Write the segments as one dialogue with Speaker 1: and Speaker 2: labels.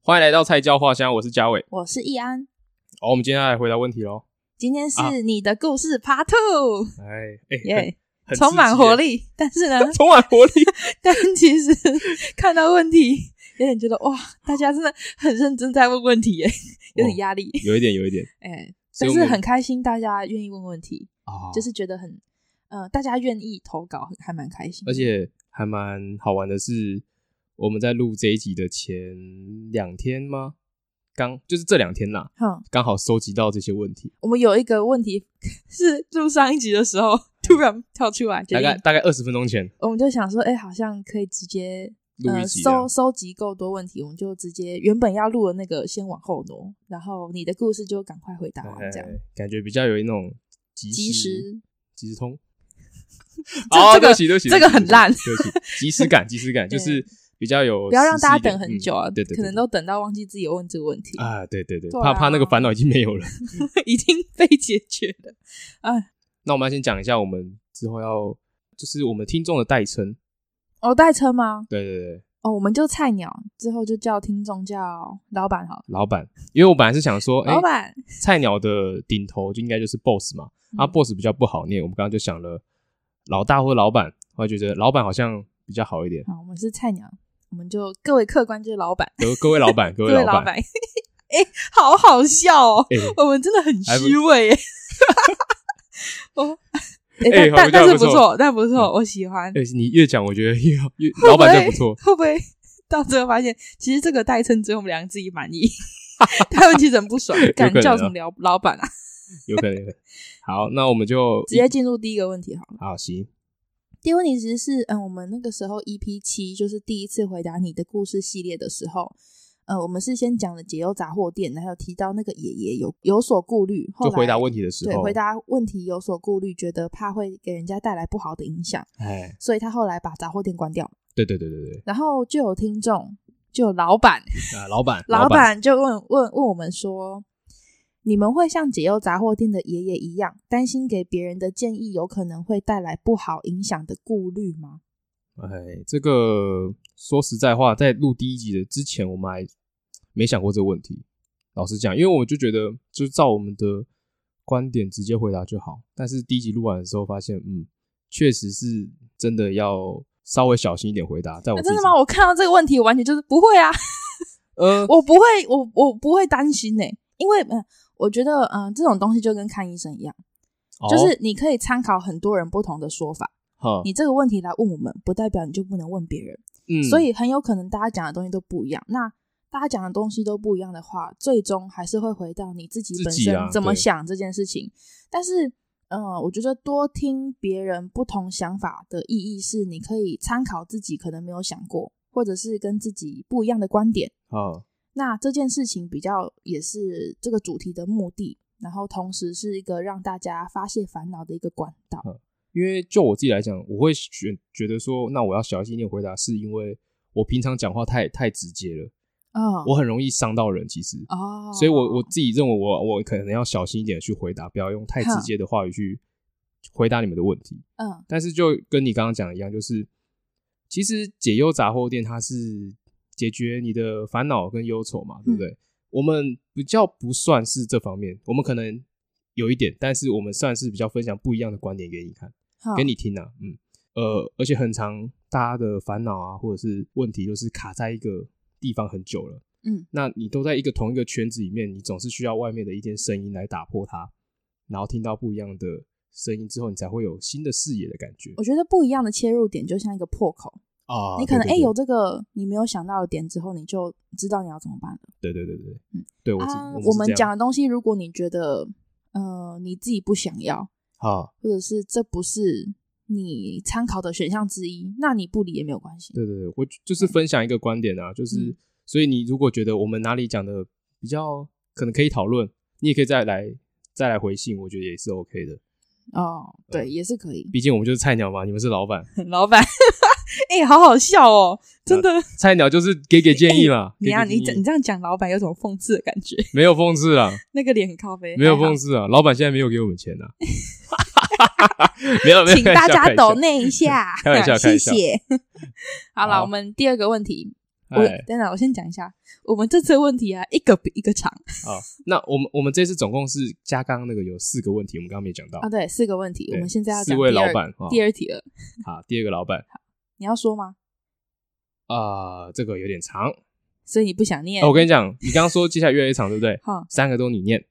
Speaker 1: 欢迎来到菜椒话香，我是嘉伟。
Speaker 2: 我是易安，
Speaker 1: 好、我们今天来回答问题喽。
Speaker 2: 今天
Speaker 1: 啊
Speaker 2: 是你的故事 Part Two，
Speaker 1: 哎，哎、
Speaker 2: 耶、
Speaker 1: 很
Speaker 2: 充满活，
Speaker 1: 很
Speaker 2: 力。但是呢，
Speaker 1: 刺激耶充满活力。
Speaker 2: 但其实看到问题，有点觉得哇，大家真的很认真在问问题耶，有点压力。
Speaker 1: 有一点，有一 点，
Speaker 2: 哎、
Speaker 1: 所以
Speaker 2: 但
Speaker 1: 我
Speaker 2: 是
Speaker 1: 们
Speaker 2: 很开心，大家愿意问问题，
Speaker 1: 啊
Speaker 2: 就，是觉得很呃，大家愿意投稿，还蛮开心的。
Speaker 1: 而且还蛮好玩的是，我们在录这一集的前两天吗？刚就是这两天啦，
Speaker 2: 哼、
Speaker 1: 刚好收集到这些问题，
Speaker 2: 我们有一个问题 是录上一集的时候突然跳出来，决
Speaker 1: 大
Speaker 2: 定
Speaker 1: 概大概二十分钟前
Speaker 2: 我们就想说，哎、好像可以直接
Speaker 1: 录一
Speaker 2: 呃，
Speaker 1: 集啊这样、
Speaker 2: 收收集够多问题，我们就直接原本要录的那个先往后挪，然后你的故事就赶快回答完，这样
Speaker 1: 哎感觉比较有一种即
Speaker 2: 及
Speaker 1: 时
Speaker 2: 时。
Speaker 1: 即时通。哦， 对
Speaker 2: 这个
Speaker 1: 不起，对不起，
Speaker 2: 这个很烂
Speaker 1: 对不起，对不起即时 感，即时感就
Speaker 2: 对
Speaker 1: 是比较有，
Speaker 2: 不要让大家等很久啊，
Speaker 1: 嗯对对，对
Speaker 2: 可能都等到忘记自己有问这个问题，
Speaker 1: 啊，对对对，
Speaker 2: 对
Speaker 1: 怕
Speaker 2: 啊
Speaker 1: 怕那个烦恼已经没有了。
Speaker 2: 已经被解决 了。
Speaker 1: 那我们要先讲一下我们之后要，就是我们听众的代称，
Speaker 2: 哦，代称吗？
Speaker 1: 对对对，
Speaker 2: 哦，我们就菜鸟，之后就叫听众叫老板好了，
Speaker 1: 老板，因为我本来是想说，哎
Speaker 2: 老，板
Speaker 1: 菜鸟的顶头就应该就是 boss 嘛，啊
Speaker 2: 嗯
Speaker 1: ，boss 比较不好念，我们刚刚就想了老大或老板，我觉得老板好像比较好一点。
Speaker 2: 好，我们是菜鸟，我们就各位客官就是老板，
Speaker 1: 各各位老板，各
Speaker 2: 各
Speaker 1: 位
Speaker 2: 位
Speaker 1: 老
Speaker 2: 老
Speaker 1: 板，
Speaker 2: 板，哎、好好笑哦，
Speaker 1: 哎，
Speaker 2: 我们真的很
Speaker 1: 还不
Speaker 2: 虚伪耶。 哦，哎、
Speaker 1: 哎我
Speaker 2: 但
Speaker 1: 觉得
Speaker 2: 但但是
Speaker 1: 还不
Speaker 2: 不
Speaker 1: 错
Speaker 2: 错，但不错，我喜欢。
Speaker 1: 哎，你越讲我觉得越好 越
Speaker 2: 会
Speaker 1: 老板
Speaker 2: 不
Speaker 1: 真的
Speaker 2: 会
Speaker 1: 不错，
Speaker 2: 会不会到最后发现，其实这个代称只有我们两个自己满意， 他们其实很 不爽，敢
Speaker 1: 可能
Speaker 2: 叫
Speaker 1: 啊
Speaker 2: 什么老老板啊？
Speaker 1: 有可能。有可能好，那我们就
Speaker 2: 直接进入第一个问题好了。
Speaker 1: 好行，
Speaker 2: 第一个问题其实是，嗯，我们那个时候 EP 七就是第一次回答你的故事系列的时候。呃，我们是先讲了解忧杂货店，然后有提到那个爷爷有有所顾虑，后
Speaker 1: 就
Speaker 2: 来
Speaker 1: 回答问题的时
Speaker 2: 对
Speaker 1: 候，
Speaker 2: 回，答问题有所顾虑，觉得怕会给人家带来不好的影响，
Speaker 1: 哎，
Speaker 2: 所以他后来把杂货店关掉了。
Speaker 1: 对对对对对，
Speaker 2: 然后就有听众，就有老板，
Speaker 1: 啊，老板，
Speaker 2: 老
Speaker 1: 板，
Speaker 2: 板就问问问我们说，你们会像解忧杂货店的爷爷一样，担心给别人的建议有可能会带来不好影响的顾虑吗？
Speaker 1: 哎，这个说实在话，在录第一集的之前，我们还没想过这个问题。老实讲，因为我就觉得，就照我们的观点直接回答就好。但是第一集录完的时候，发现，嗯，确实是真的要稍微小心一点回答。在我、
Speaker 2: 啊
Speaker 1: 自
Speaker 2: 真
Speaker 1: 己
Speaker 2: 的吗？我看到这个问题，我完全就是不会啊，
Speaker 1: 呃，
Speaker 2: 我不会，我我不会担心呢、因为嗯、呃我觉得嗯、呃这种东西就跟看医生一样，
Speaker 1: 哦
Speaker 2: 就是你可以参考很多人不同的说法。
Speaker 1: 哈，
Speaker 2: 你这个问题来问我们，不代表你就不能问别人，
Speaker 1: 嗯，
Speaker 2: 所以很有可能大家讲的东西都不一样。那大家讲的东西都不一样的话，最终还是会回到你自己
Speaker 1: 自
Speaker 2: 本
Speaker 1: 己
Speaker 2: 身
Speaker 1: 啊
Speaker 2: 怎么
Speaker 1: 对
Speaker 2: 想这件事情。但是，呃，我觉得多听别人不同想法的意义是，你可以参考自己可能没有想过，或者是跟自己不一样的观点。
Speaker 1: 啊，
Speaker 2: 那这件事情比较也是这个主题的目的，然后同时是一个让大家发泄烦恼的一个管道。
Speaker 1: 嗯因为就我自己来讲，我会选觉得说，那我要小心一点回答，是因为我平常讲话太太直接了，
Speaker 2: 嗯，
Speaker 1: 我很容易伤到人。其实
Speaker 2: 哦，
Speaker 1: 所以我我自己认为我我可能要小心一点去回答，不要用太直接的话语去回答你们的问题。
Speaker 2: 嗯。
Speaker 1: 但是就跟你刚刚讲的一样，就是其实解忧杂货店它是解决你的烦恼跟忧愁嘛，对不对？我们比较不算是这方面，我们可能有一点，但是我们算是比较分享不一样的观点给你看，
Speaker 2: 好
Speaker 1: 给你听啊，嗯，呃，而且很长，大家的烦恼啊或者是问题都是卡在一个地方很久了。
Speaker 2: 嗯，
Speaker 1: 那你都在一个同一个圈子里面，你总是需要外面的一点声音来打破它，然后听到不一样的声音之后，你才会有新的视野的感觉
Speaker 2: 我觉得不一样的切入点就像一个破口，
Speaker 1: 啊
Speaker 2: 你可能哎、
Speaker 1: 哎
Speaker 2: 有这个你没有想到的点之后，你就知道你要怎么办了。
Speaker 1: 对对对对对
Speaker 2: 嗯，
Speaker 1: 对我自
Speaker 2: 啊，
Speaker 1: 我
Speaker 2: 我
Speaker 1: 是
Speaker 2: 们
Speaker 1: 这样
Speaker 2: 讲的东西，如果你觉得呃你自己不想要，
Speaker 1: 啊，
Speaker 2: 或者是这不是你参考的选项之一，那你不理也没有关系。
Speaker 1: 对对对，我就是分享一个观点啊，就是、
Speaker 2: 嗯
Speaker 1: 所以你如果觉得我们哪里讲的比较可能可以讨论，你也可以再来再来回信，我觉得也是 OK 的，
Speaker 2: 哦，对，
Speaker 1: 嗯
Speaker 2: 也是可以。
Speaker 1: 毕竟我们就是菜鸟嘛，你们是老板，
Speaker 2: 老板，哎、好好笑哦，真
Speaker 1: 呃
Speaker 2: 的。
Speaker 1: 菜鸟就是给给建议嘛，
Speaker 2: 你啊，
Speaker 1: 给给
Speaker 2: 你
Speaker 1: 建议
Speaker 2: 你这样讲，老板有种讽刺的感觉，
Speaker 1: 没有讽刺啊。
Speaker 2: 那个脸很靠背，哎
Speaker 1: 没有
Speaker 2: 还好
Speaker 1: 讽刺啊，老板现在没有给我们钱呐、 啊。没有，没有，
Speaker 2: 请
Speaker 1: 开玩
Speaker 2: 大
Speaker 1: 笑
Speaker 2: 家抖。
Speaker 1: 开玩笑
Speaker 2: 那一下，
Speaker 1: 开玩笑开玩
Speaker 2: 谢
Speaker 1: 笑
Speaker 2: 谢。好了，
Speaker 1: 好
Speaker 2: 我们第二个问题，我
Speaker 1: 哎，
Speaker 2: 等等，我先讲一下，我们这次问题啊，一个比一个长
Speaker 1: 好，那我们我们这次总共是加刚刚那个有四个问题，我们刚刚没讲到
Speaker 2: 啊。。对，四个问题，
Speaker 1: 对
Speaker 2: 我们现在要
Speaker 1: 四
Speaker 2: 讲
Speaker 1: 位
Speaker 2: 第
Speaker 1: 老
Speaker 2: 二
Speaker 1: 板啊，
Speaker 2: 第二题了，
Speaker 1: 好，第二个老板
Speaker 2: 你要说吗？
Speaker 1: 啊，这个有点长。
Speaker 2: 所以你不想念？
Speaker 1: 哦我跟你讲，你刚刚说接下来越来越长，对不对？
Speaker 2: 好，
Speaker 1: 三个都你念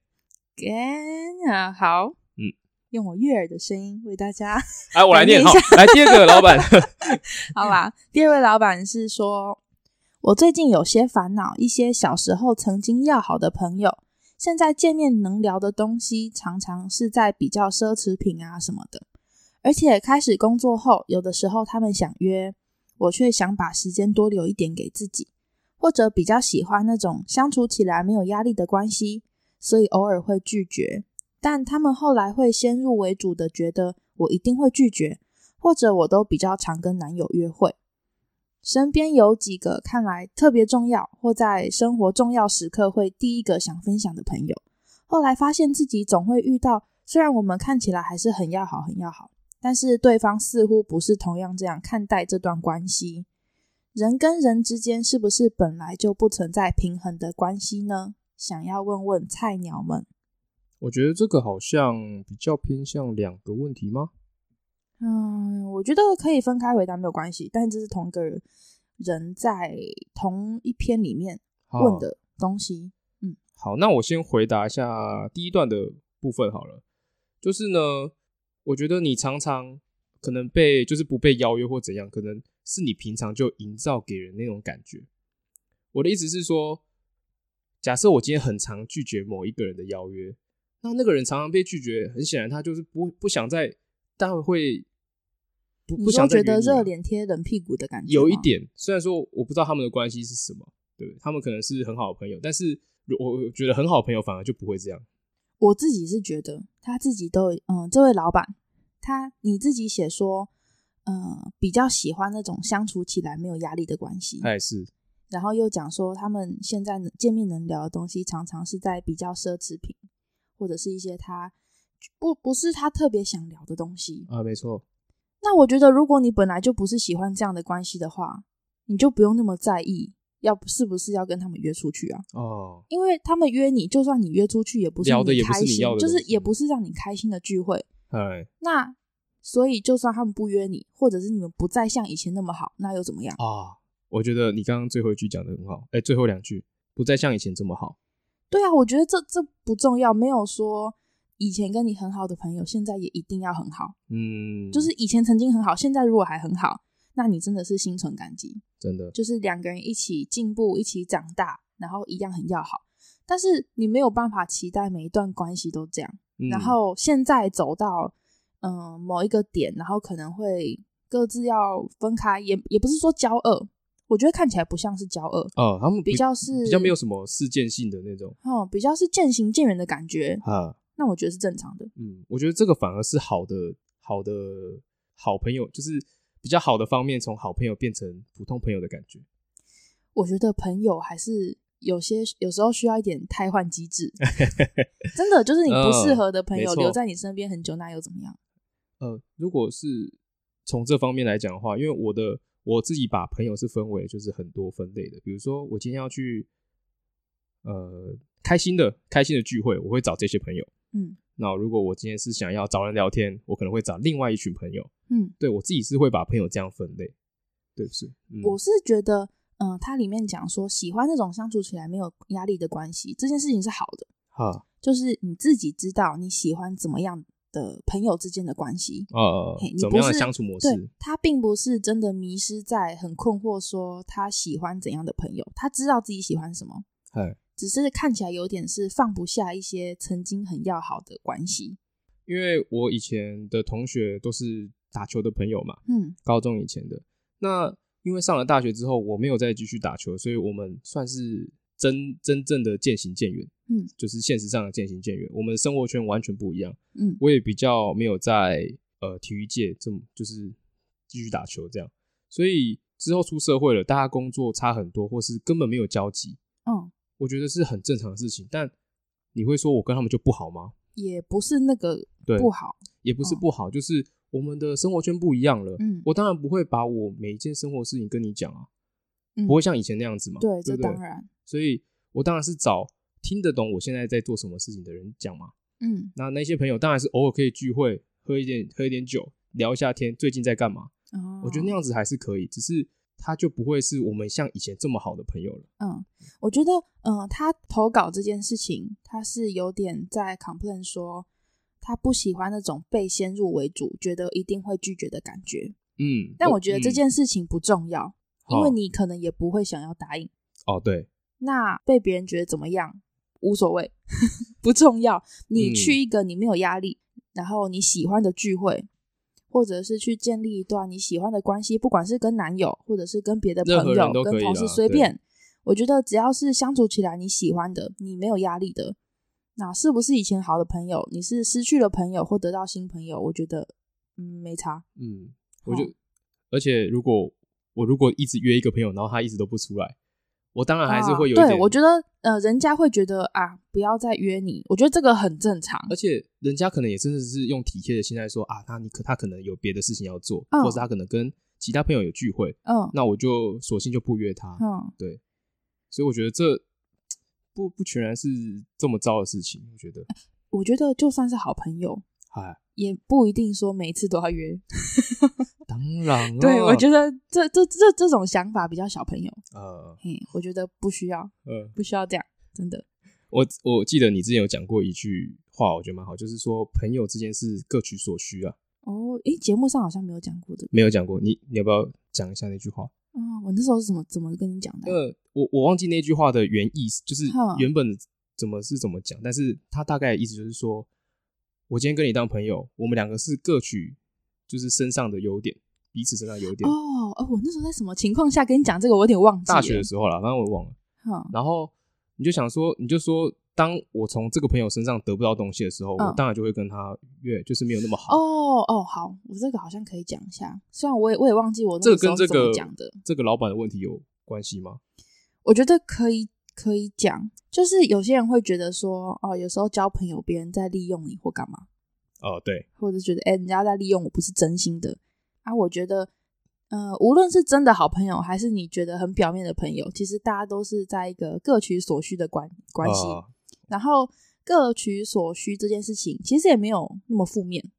Speaker 2: 干啊，好，
Speaker 1: 嗯，
Speaker 2: 用我悦耳的声音为大家，
Speaker 1: 哎，我来念
Speaker 2: 我
Speaker 1: 哈来，第
Speaker 2: 念一。
Speaker 1: 二个老板，
Speaker 2: 好啦。第二位老板是说，我最近有些烦恼，一些小时候曾经要好的朋友，现在见面能聊的东西，常常是在比较奢侈品啊什么的。而且开始工作后，有的时候他们想约，我却想把时间多留一点给自己，或者比较喜欢那种相处起来没有压力的关系，所以偶尔会拒绝。但他们后来会先入为主的觉得我一定会拒绝，或者我都比较常跟男友约会。身边有几个看来特别重要，或在生活重要时刻会第一个想分享的朋友，后来发现自己总会遇到，虽然我们看起来还是很要好、很要好，但是对方似乎不是同样这样看待这段关系。人跟人之间是不是本来就不存在平衡的关系呢？想要问问菜鸟们。
Speaker 1: 我觉得这个好像比较偏向两个问题吗？
Speaker 2: 嗯，我觉得可以分开回答没有关系，但这是同一个人在同一篇里面
Speaker 1: 好
Speaker 2: 问的东西。
Speaker 1: 好，那我先回答一下第一段的部分好了。就是呢，我觉得你常常可能被就是不被邀约或怎样，可能是你平常就营造给人那种感觉。我的意思是说，假设我今天很常拒绝某一个人的邀约，那那个人常常被拒绝，很显然他就是不不想再，但会不
Speaker 2: 你
Speaker 1: 不
Speaker 2: 说
Speaker 1: 想再
Speaker 2: 觉
Speaker 1: 约
Speaker 2: 得
Speaker 1: 你啊
Speaker 2: 热脸贴冷屁股的感觉，
Speaker 1: 有一。点，虽然说我不知道他们的关系是什么，对不对？他们可能是很好的朋友，但是如我我觉得很好的朋友反而就不会这样。
Speaker 2: 我自己是觉得他自己都有，嗯，这位老板，他你自己写说，呃，比较喜欢那种相处起来没有压力的关系。
Speaker 1: 他也是，
Speaker 2: 然后又讲说，他们现在能见面能聊的东西，常常是在比较奢侈品，或者是一些他不不是他特别想聊的东西。
Speaker 1: 啊，没错，
Speaker 2: 那我觉得，如果你本来就不是喜欢这样的关系的话，你就不用那么在意要是不是要跟他们约出去啊，
Speaker 1: 哦，
Speaker 2: 因为他们约你，就算你约出去，也不是
Speaker 1: 聊得
Speaker 2: 你
Speaker 1: 也不是
Speaker 2: 开
Speaker 1: 你
Speaker 2: 心，
Speaker 1: 要的
Speaker 2: 就是
Speaker 1: 东西
Speaker 2: 也不是让你开心的聚会。
Speaker 1: 哎，
Speaker 2: 那所以，就算他们不约你，或者是你们不再像以前那么好，那又怎么样？
Speaker 1: 啊，我觉得你刚刚最后一句讲的很好，哎，最后两句不再像以前这么好，
Speaker 2: 对啊，我觉得这这不重要，没有说以前跟你很好的朋友，现在也一定要很好。
Speaker 1: 嗯，
Speaker 2: 就是以前曾经很好，现在如果还很好，那你真的是心存感激。
Speaker 1: 真的，
Speaker 2: 就是两个人一起进步，一起长大，然后一样很要好。但是你没有办法期待每一段关系都这样。
Speaker 1: 嗯
Speaker 2: 然后现在走到嗯、呃某一个点，然后可能会各自要分开，也也不是说骄傲，我觉得看起来不像是骄傲，
Speaker 1: 哦，他们
Speaker 2: 比较是
Speaker 1: 比较没有什么事件性的那种
Speaker 2: 哦、比较是渐行渐远的感觉。
Speaker 1: 啊，
Speaker 2: 那我觉得是正常的。
Speaker 1: 嗯，我觉得这个反而是好的，好的好朋友，就是比较好的方面，从好朋友变成普通朋友的感觉。
Speaker 2: 我觉得朋友还是有些有时候需要一点汰换机 制，真的就是你不适合的朋
Speaker 1: 嗯
Speaker 2: 友
Speaker 1: 没错
Speaker 2: 留在你身边很久，那又怎么样？
Speaker 1: 呃，如果是从这方面来讲的话，因为我的我自己把朋友是分为就是很多分类的，比如说我今天要去呃开心的开心的聚会，我会找这些朋友。
Speaker 2: 嗯
Speaker 1: 那如果我今天是想要找人聊天，我可能会找另外一群朋友。
Speaker 2: 嗯，
Speaker 1: 对我自己是会把朋友这样分类，对不是？嗯、
Speaker 2: 我是觉得，嗯、它里面讲说喜欢那种相处起来没有压力的关系，这件事情是好的，
Speaker 1: 哈
Speaker 2: 就是你自己知道你喜欢怎么样的朋友之间的关系。
Speaker 1: 呃
Speaker 2: 嘿你
Speaker 1: 怎么样
Speaker 2: 不
Speaker 1: 的
Speaker 2: 是
Speaker 1: 相处模
Speaker 2: 对
Speaker 1: 式？
Speaker 2: 他并不是真的迷失在很困惑，说他喜欢怎样的朋友，他知道自己喜欢什么，
Speaker 1: 嗨，
Speaker 2: 只是看起来有点是放不下一些曾经很要好的关系。
Speaker 1: 因为我以前的同学都是打球的朋友嘛，
Speaker 2: 嗯，
Speaker 1: 高中以前的。那因为上了大学之后，我没有再继续打球，所以我们算是真真正的渐行渐远。
Speaker 2: 嗯，
Speaker 1: 就是现实上的渐行渐远，我们的生活圈完全不一样。
Speaker 2: 嗯
Speaker 1: 我也比较没有在呃体育界这么就是继续打球这样，所以之后出社会了，大家工作差很多，或是根本没有交集，
Speaker 2: 嗯，
Speaker 1: 我觉得是很正常的事情。但你会说我跟他们就不好吗？
Speaker 2: 也不是那个
Speaker 1: 对，
Speaker 2: 不好。
Speaker 1: 也不是不好，就是我们的生活圈不一样了。
Speaker 2: 嗯
Speaker 1: 我当然不会把我每一件生活事情跟你讲啊，
Speaker 2: 嗯
Speaker 1: 不会像以前那样子嘛。
Speaker 2: 对，
Speaker 1: 对不
Speaker 2: 这
Speaker 1: 对
Speaker 2: 当？然，
Speaker 1: 所以我当然是找听得懂我现在在做什么事情的人讲嘛。
Speaker 2: 嗯
Speaker 1: 那那些朋友当然是偶尔可以聚会，喝一点喝一点酒，聊一下天，最近在干嘛？
Speaker 2: 哦，
Speaker 1: 我觉得那样子还是可以，只是他就不会是我们像以前这么好的朋友了。
Speaker 2: 嗯，我觉得，嗯、他投稿这件事情，他是有点在 complain 说，他不喜欢那种被先入为主，觉得一定会拒绝的感觉。
Speaker 1: 嗯，
Speaker 2: 但我觉得
Speaker 1: 嗯
Speaker 2: 这件事情不重要，因为
Speaker 1: 好
Speaker 2: 你可能也不会想要答应。
Speaker 1: 哦，对，
Speaker 2: 那被别人觉得怎么样无所谓， 不重要。你
Speaker 1: 嗯
Speaker 2: 去一个你没有压力，然后你喜欢的聚会，或者是去建立一段你喜欢的关系，不管是跟男友，或者是跟别的
Speaker 1: 任何
Speaker 2: 朋友
Speaker 1: 人都、可
Speaker 2: 跟
Speaker 1: 以
Speaker 2: 同事，
Speaker 1: 啦
Speaker 2: 随
Speaker 1: 对
Speaker 2: 便。我觉得只要是相处起来你喜欢的，你没有压力的，那是不是以前好的朋友，你是失去了朋友或得到新朋友，我觉得嗯没差。
Speaker 1: 嗯，我就，而且如果我如果一直约一个朋友，然后他一直都不出来，我当然还是会有一
Speaker 2: 啊
Speaker 1: 点。
Speaker 2: 对我觉得呃，人家会觉得啊，不要再约你，我觉得这个很正常。
Speaker 1: 而且人家可能也真的是用体贴的心态说啊，那你可他可能有别的事情要做，
Speaker 2: 嗯
Speaker 1: 或者他可能跟其他朋友有聚会，
Speaker 2: 嗯
Speaker 1: 那我就索性就不约他。
Speaker 2: 嗯。
Speaker 1: 所以我觉得这不不全然是这么糟的事情，我觉得，
Speaker 2: 我觉得就算是好朋友，
Speaker 1: 哎，
Speaker 2: 也不一定说每一次都要约。
Speaker 1: 当然啦，
Speaker 2: 对，我觉得这这这这种想法比较小朋友，
Speaker 1: 呃
Speaker 2: 嘿，我觉得不需要，
Speaker 1: 呃，
Speaker 2: 不需要这样，真的。
Speaker 1: 我我记得你之前有讲过一句话，我觉得蛮好，就是说朋友之间是各取所需啊。
Speaker 2: 哦，诶，节目上好像没有讲过这个。
Speaker 1: 没有讲过，你你要不要讲一下那句话？
Speaker 2: 哦，我那时候是怎么怎么跟你讲的啊？
Speaker 1: 呃，我我忘记那句话的原意思，就是
Speaker 2: 哼
Speaker 1: 原本怎么是怎么讲，但是他大概的意思就是说，我今天跟你当朋友，我们两个是各取就是身上的优点，彼此身上的优点。
Speaker 2: 哦，哦，我那时候在什么情况下跟你讲这个？我有点忘记了。
Speaker 1: 大学的时候啦，反正我忘了。
Speaker 2: 哈，
Speaker 1: 然后你就想说，你就说，当我从这个朋友身上得不到东西的时候，我
Speaker 2: 嗯
Speaker 1: 当然就会跟他越就是没有那么好。
Speaker 2: 哦哦，好，我这个好像可以讲一下，虽然我也我也忘记我那
Speaker 1: 这个
Speaker 2: 时候
Speaker 1: 跟
Speaker 2: 是
Speaker 1: 这
Speaker 2: 怎么
Speaker 1: 个
Speaker 2: 讲的。
Speaker 1: 这个老板的问题有关系吗？
Speaker 2: 我觉得可以可以讲，就是有些人会觉得说，哦，有时候交朋友别人在利用你或干嘛。
Speaker 1: 哦，对，
Speaker 2: 或者觉得哎、诶人家在利用我，不是真心的啊。我觉得，呃，无论是真的好朋友，还是你觉得很表面的朋友，其实大家都是在一个各取所需的关关系。
Speaker 1: 啊
Speaker 2: 然后各取所需这件事情，其实也没有那么负面。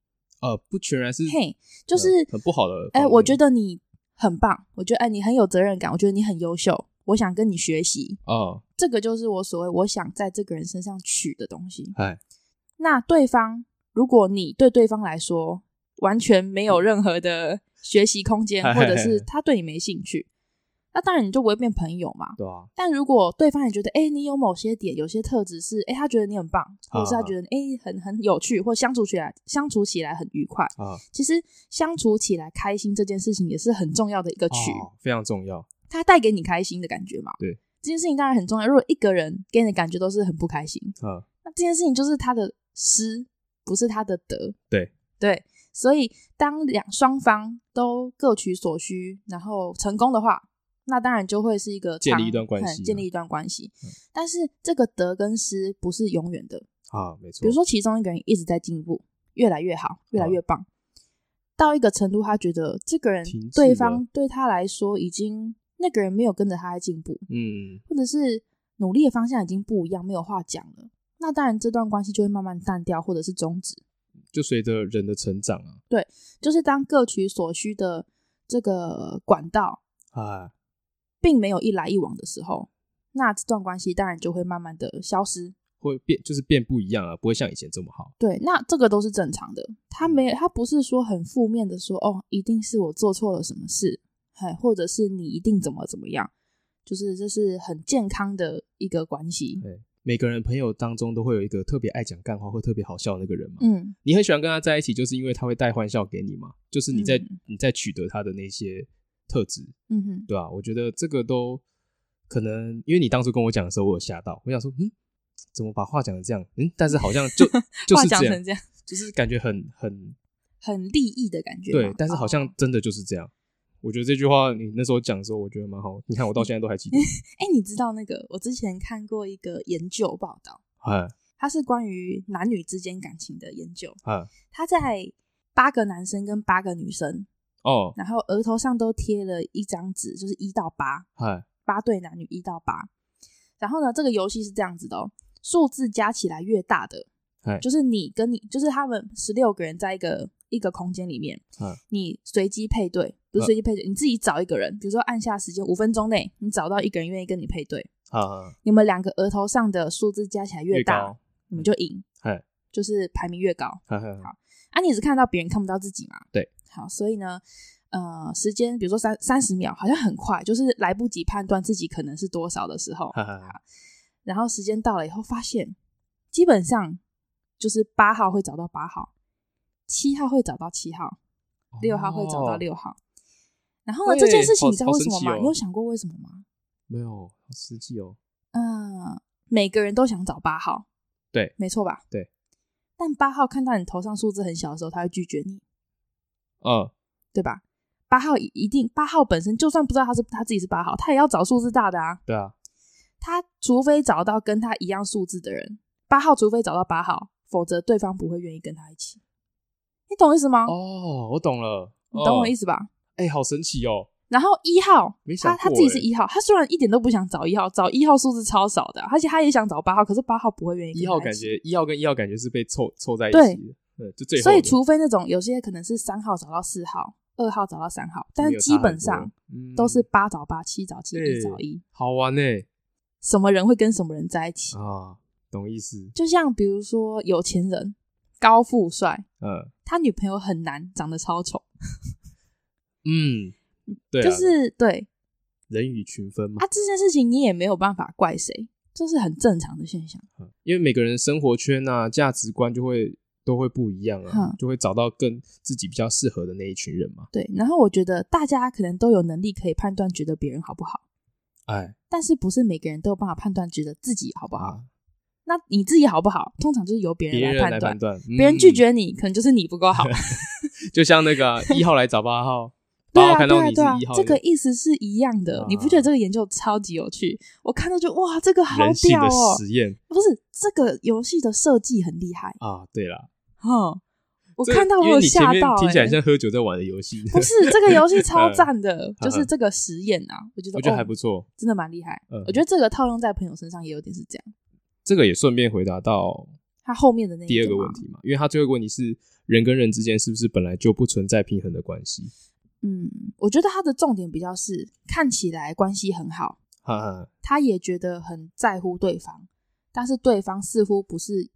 Speaker 1: 呃，不全然是
Speaker 2: 嘿，就
Speaker 1: 呃
Speaker 2: 是
Speaker 1: 很不好的
Speaker 2: 哎、
Speaker 1: 方
Speaker 2: 我
Speaker 1: 面
Speaker 2: 觉得你很棒，我觉得哎、你很有责任感，我觉得你很优秀，我想跟你学习。
Speaker 1: 啊，
Speaker 2: 这个就是我所谓我想在这个人身上取的东西。
Speaker 1: 哎，
Speaker 2: 那对方，如果你对对方来说完全没有任何的学习空间，
Speaker 1: 嗨
Speaker 2: 或者
Speaker 1: 嗨
Speaker 2: 是
Speaker 1: 嗨
Speaker 2: 他对你没兴趣，那当然你就不会变朋友嘛。
Speaker 1: 对啊，
Speaker 2: 但如果对方也觉得，哎、你有某些点、有些特质是，哎、他觉得你很棒，或者是
Speaker 1: 啊
Speaker 2: 他觉得，哎、很很有趣，或相处起来相处起来很愉快。
Speaker 1: 啊，
Speaker 2: 其实相处起来开心这件事情也是很重要的一个曲，
Speaker 1: 哦非常重要。
Speaker 2: 它带给你开心的感觉嘛。
Speaker 1: 对，
Speaker 2: 这件事情当然很重要。如果一个人给你的感觉都是很不开心，
Speaker 1: 啊，
Speaker 2: 那这件事情就是他的失，不是他的得。
Speaker 1: 对
Speaker 2: 对，所以当两双方都各取所需，然后成功的话，那当然就会是一个
Speaker 1: 建立
Speaker 2: 长
Speaker 1: 一段关系
Speaker 2: 嗯
Speaker 1: 啊
Speaker 2: 建立一段关系。但是这个得跟失不是永远的，
Speaker 1: 啊，没错。
Speaker 2: 比如，说其中一个人一直在进步，越来越好，
Speaker 1: 啊
Speaker 2: 越来越棒，到一个程度，他觉得这个人
Speaker 1: 停滞
Speaker 2: 对
Speaker 1: 了
Speaker 2: 方对他来说已经那个人没有跟着他在进步，
Speaker 1: 嗯，
Speaker 2: 或者是努力的方向已经不一样，没有话讲了，那当然这段关系就会慢慢淡掉，或者是终止。
Speaker 1: 就随着人的成长啊，
Speaker 2: 就是当各取所需的这个管道哎
Speaker 1: 啊，
Speaker 2: 并没有一来一往的时候，那这段关系当然就会慢慢的消失。
Speaker 1: 会变，就是变不一样啊，不会像以前这么好。
Speaker 2: 对，那这个都是正常的。他没，
Speaker 1: 嗯
Speaker 2: 他不是说很负面的说，哦，一定是我做错了什么事，嘿，或者是你一定怎么怎么样，就是这是很健康的一个关系。
Speaker 1: 每个人朋友当中都会有一个特别爱讲干话或特别好笑的那个人嘛，
Speaker 2: 嗯，
Speaker 1: 你很喜欢跟他在一起，就是因为他会带欢笑给你嘛，就是你在、
Speaker 2: 嗯
Speaker 1: 你在取得他的那些特质，
Speaker 2: 嗯哼，
Speaker 1: 对吧、啊我觉得这个都可能，因为你当初跟我讲的时候，我有吓到，我想说，嗯，怎么把话讲成这样？嗯，但是好像 就就
Speaker 2: 话
Speaker 1: 是
Speaker 2: 讲
Speaker 1: 这
Speaker 2: 成
Speaker 1: 样，
Speaker 2: 这样，
Speaker 1: 就是感觉很很
Speaker 2: 很利益的感觉嘛。
Speaker 1: 对，但是好像真的就是这样。我觉得这句话你那时候讲的时候，我觉得蛮好。你看我到现在都还记 得。
Speaker 2: 哎、你知道那个？我之前看过一个研究报道，
Speaker 1: 哎
Speaker 2: 它是关于男女之间感情的研究。
Speaker 1: 哎
Speaker 2: 它在八个男生跟八个女生
Speaker 1: 哦，
Speaker 2: 然后额头上都贴了一张纸，就是一到八，
Speaker 1: 嗨，
Speaker 2: 八对男女一到八。然后呢，这个游戏是这样子的哦，数字加起来越大的
Speaker 1: 嗨，
Speaker 2: 就是你跟你，就是他们十六个人在一个一个空间里面
Speaker 1: 嗯，
Speaker 2: 你随机配对，不是随机配对，你自己找一个人，比如说按下时间五分钟内，你找到一个人愿意跟你配对，
Speaker 1: 啊，
Speaker 2: 你们两个额头上的数字加起来
Speaker 1: 越
Speaker 2: 大
Speaker 1: 高，，
Speaker 2: 你们就赢
Speaker 1: 嗨，
Speaker 2: 就是排名越高。
Speaker 1: 嗨嗨，嗨
Speaker 2: 啊，你只看到别人看不到自己嘛？
Speaker 1: 对，
Speaker 2: 好，所以呢，呃，时间比如说三三十秒，好像很快，就是来不及判断自己可能是多少的时候，
Speaker 1: 嗨嗨嗨，
Speaker 2: 然后时间到了以后，发现基本上就是八号会找到八号，七号会找到七号，六号会找到
Speaker 1: 哦，
Speaker 2: 六号。然后呢，
Speaker 1: 喂
Speaker 2: 这件事情
Speaker 1: 好
Speaker 2: 你知道为什
Speaker 1: 好神
Speaker 2: 么
Speaker 1: 奇
Speaker 2: 吗？
Speaker 1: 哦
Speaker 2: 你有想过为什么吗？
Speaker 1: 没有，好实际哦，
Speaker 2: 嗯，每个人都想找八号，
Speaker 1: 对，
Speaker 2: 没错吧？
Speaker 1: 对。
Speaker 2: 但八号看到你头上数字很小的时候，他会拒绝你。
Speaker 1: 嗯，
Speaker 2: 对吧？八号一一定，八号本身就算不知道他是他自己是八号，他也要找数字大的啊。
Speaker 1: 对啊，
Speaker 2: 他除非找到跟他一样数字的人，八号除非找到八号，否则对方不会愿意跟他一起。你懂我意思吗？
Speaker 1: 哦，我懂了，
Speaker 2: 你懂我意
Speaker 1: 思？
Speaker 2: 思吧？
Speaker 1: 哎，好神奇哦，
Speaker 2: 然后一号
Speaker 1: 没，想
Speaker 2: 他
Speaker 1: 过
Speaker 2: 他自己是
Speaker 1: 欸
Speaker 2: 一号，他虽然一点都不想找一号，找一号数字超少的啊，而且他也想找八号，可是八号不会愿意跟
Speaker 1: 一
Speaker 2: 他
Speaker 1: 号
Speaker 2: 一
Speaker 1: 感
Speaker 2: 起
Speaker 1: 觉一号跟一号感觉是被凑凑在一
Speaker 2: 对
Speaker 1: 起的，对，就最后的，
Speaker 2: 所以除非那种有些可能是三号找到四号，二号找到三号，但
Speaker 1: 没
Speaker 2: 是
Speaker 1: 有
Speaker 2: 基
Speaker 1: 差很
Speaker 2: 本
Speaker 1: 多
Speaker 2: 上
Speaker 1: 嗯
Speaker 2: 都是八找八，七找七，一找
Speaker 1: 对
Speaker 2: 一。
Speaker 1: 好玩呢
Speaker 2: 什么人会跟什么人在一起。
Speaker 1: 啊，懂意思，
Speaker 2: 就像比如说有钱人高富帅，
Speaker 1: 嗯
Speaker 2: 他女朋友很难，长得超丑，
Speaker 1: 嗯，对啊，
Speaker 2: 就是对
Speaker 1: 人以群分嘛
Speaker 2: 啊，，这件事情你也没有办法怪谁，这是很正常的现象。
Speaker 1: 嗯因为每个人生活圈啊、价值观就会都会不一样啊
Speaker 2: 嗯，
Speaker 1: 就会找到更自己比较适合的那一群人嘛。
Speaker 2: 对，然后我觉得大家可能都有能力可以判断觉得别人好不好，
Speaker 1: 哎，
Speaker 2: 但是不是每个人都有办法判断觉得自己好不好。
Speaker 1: 啊，
Speaker 2: 那你自己好不好，通常就是由别
Speaker 1: 别
Speaker 2: 人
Speaker 1: 人
Speaker 2: 来判
Speaker 1: 来
Speaker 2: 断
Speaker 1: 判。断，
Speaker 2: 别人
Speaker 1: 嗯
Speaker 2: 拒，绝你，可能就是你不够好。
Speaker 1: 就像那个啊一号来找八号，
Speaker 2: 对
Speaker 1: 八
Speaker 2: 啊，
Speaker 1: 号看
Speaker 2: 对
Speaker 1: 到
Speaker 2: 啊，
Speaker 1: 你是
Speaker 2: 对啊
Speaker 1: 一，号，
Speaker 2: 这个意思是一样
Speaker 1: 啊
Speaker 2: 的。你不觉得这个研究超级有趣？我看到就哇，这个好
Speaker 1: 人性
Speaker 2: 屌
Speaker 1: 的
Speaker 2: 哦！
Speaker 1: 实验
Speaker 2: 不是这个游戏的设计很厉害，
Speaker 1: 啊，对啦，
Speaker 2: 哼，我
Speaker 1: 这
Speaker 2: 看到我
Speaker 1: 因为
Speaker 2: 有
Speaker 1: 你前
Speaker 2: 吓
Speaker 1: 面
Speaker 2: 到、欸，
Speaker 1: 听起来像喝酒在玩的游戏，
Speaker 2: 不是这个游戏超赞的，
Speaker 1: 嗯
Speaker 2: 就是这个实验啊，我觉 得
Speaker 1: 我觉得还
Speaker 2: 哦
Speaker 1: 不错。
Speaker 2: 真的蛮厉害。
Speaker 1: 嗯
Speaker 2: 我觉得这个套用在朋友身上也有点是这样。
Speaker 1: 这个也顺便回答到
Speaker 2: 他后面的那一
Speaker 1: 第二个
Speaker 2: 哎嘛
Speaker 1: 问，题嘛，因为他最后一个问题是人跟人之间是不是本来就不存在平衡的关系？
Speaker 2: 嗯，我觉得他的重点比较是看起来关系很好，
Speaker 1: 哈哈，
Speaker 2: 他也觉得很在乎对方，但是对方似乎不是，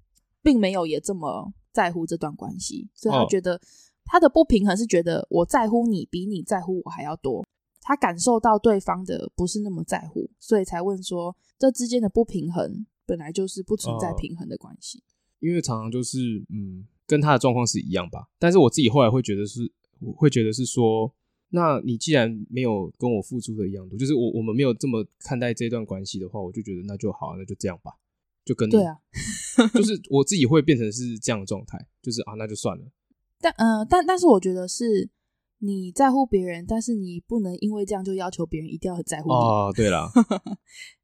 Speaker 2: 并没有也这么在乎这段关系，所以他
Speaker 1: 哦
Speaker 2: 觉得、他的不平衡是觉得我在乎你比你在乎我还要多，他感受到对方的不是那么在乎，所以才问说这之间的不平衡本来就是不存在
Speaker 1: 哦
Speaker 2: 平衡的关系。
Speaker 1: 因为常常就是嗯，跟他的状况是一样吧。但是我自己后来会觉得是，我会觉得是说，那你既然没有跟我付出的一样多，就是我我们没有这么看待这段关系的话，我就觉得那就好，那就这样吧，就跟你
Speaker 2: 对，啊，
Speaker 1: 就是我自己会变成是这样的状态，就是啊，那就算了，
Speaker 2: 但呃，但但是我觉得是你在乎别人，但是你不能因为这样就要求别人一定要很在乎你，
Speaker 1: 哦，对 啦，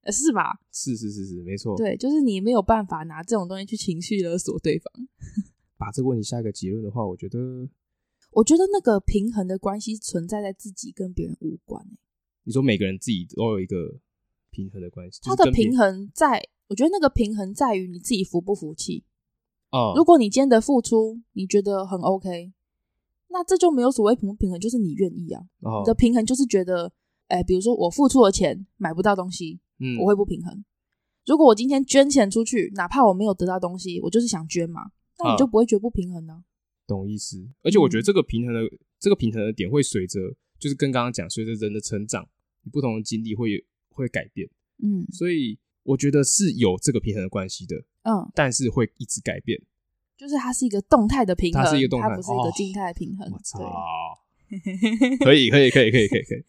Speaker 2: 呃是吧？
Speaker 1: 是是是是，没错，
Speaker 2: 对，就是你没有办法拿这种东西去情绪勒索对方。
Speaker 1: 把这个问题下一个结论的话，我觉得
Speaker 2: 我觉得那个平衡的关系存在在自己跟别人无关、欸
Speaker 1: 你说每个人自己都有一个平衡的关系，
Speaker 2: 它的平
Speaker 1: 衡
Speaker 2: 衡在，我觉得那个平衡在于你自己服不服气。
Speaker 1: 啊，
Speaker 2: 如果你今天的付出你觉得很 OK，那这就没有所谓平不平衡，就是你愿意啊。
Speaker 1: 哦
Speaker 2: 你的平衡就是觉得，哎、比如说我付出了钱买不到东西，
Speaker 1: 嗯
Speaker 2: 我会不平衡。如果我今天捐钱出去，哪怕我没有得到东西，我就是想捐嘛，那你
Speaker 1: 啊
Speaker 2: 就不会觉得不平衡呢、
Speaker 1: 懂意思。而且我觉得
Speaker 2: 嗯
Speaker 1: 这个平衡的、这个平衡的点会随着，就是跟刚刚讲，随着人的成长，不同的经历会有会改变。
Speaker 2: 嗯
Speaker 1: 所以我觉得是有这个平衡的关系的，
Speaker 2: 嗯，
Speaker 1: 但是会一直改变。
Speaker 2: 就是它是一个动态的平衡，
Speaker 1: 它是一个动态
Speaker 2: 它不是一个
Speaker 1: 哦
Speaker 2: 静态的平衡。
Speaker 1: 我
Speaker 2: 对，
Speaker 1: 操！可以可以可以可以可以可以。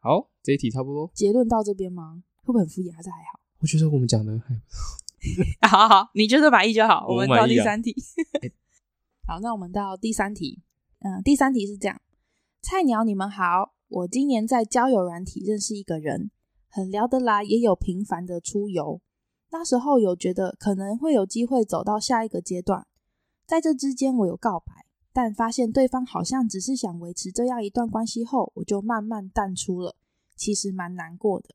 Speaker 1: 好，这一题差不多。
Speaker 2: 结论到这边吗？会不会很敷衍？还是还好？
Speaker 1: 我觉得我们讲的还
Speaker 2: 好好好，你觉得满意就好。
Speaker 1: 我
Speaker 2: 我们
Speaker 1: 满
Speaker 2: 到
Speaker 1: 意
Speaker 2: 第
Speaker 1: 啊
Speaker 2: 三题。 好，那我们到第三题。嗯、第三题是这样：菜鸟，你们好，我今年在交友软体认识一个人，很聊得来，也有频繁的出游。那时候有觉得可能会有机会走到下一个阶段，在这之间我有告白，但发现对方好像只是想维持这样一段关系后，我就慢慢淡出了，其实蛮难过的。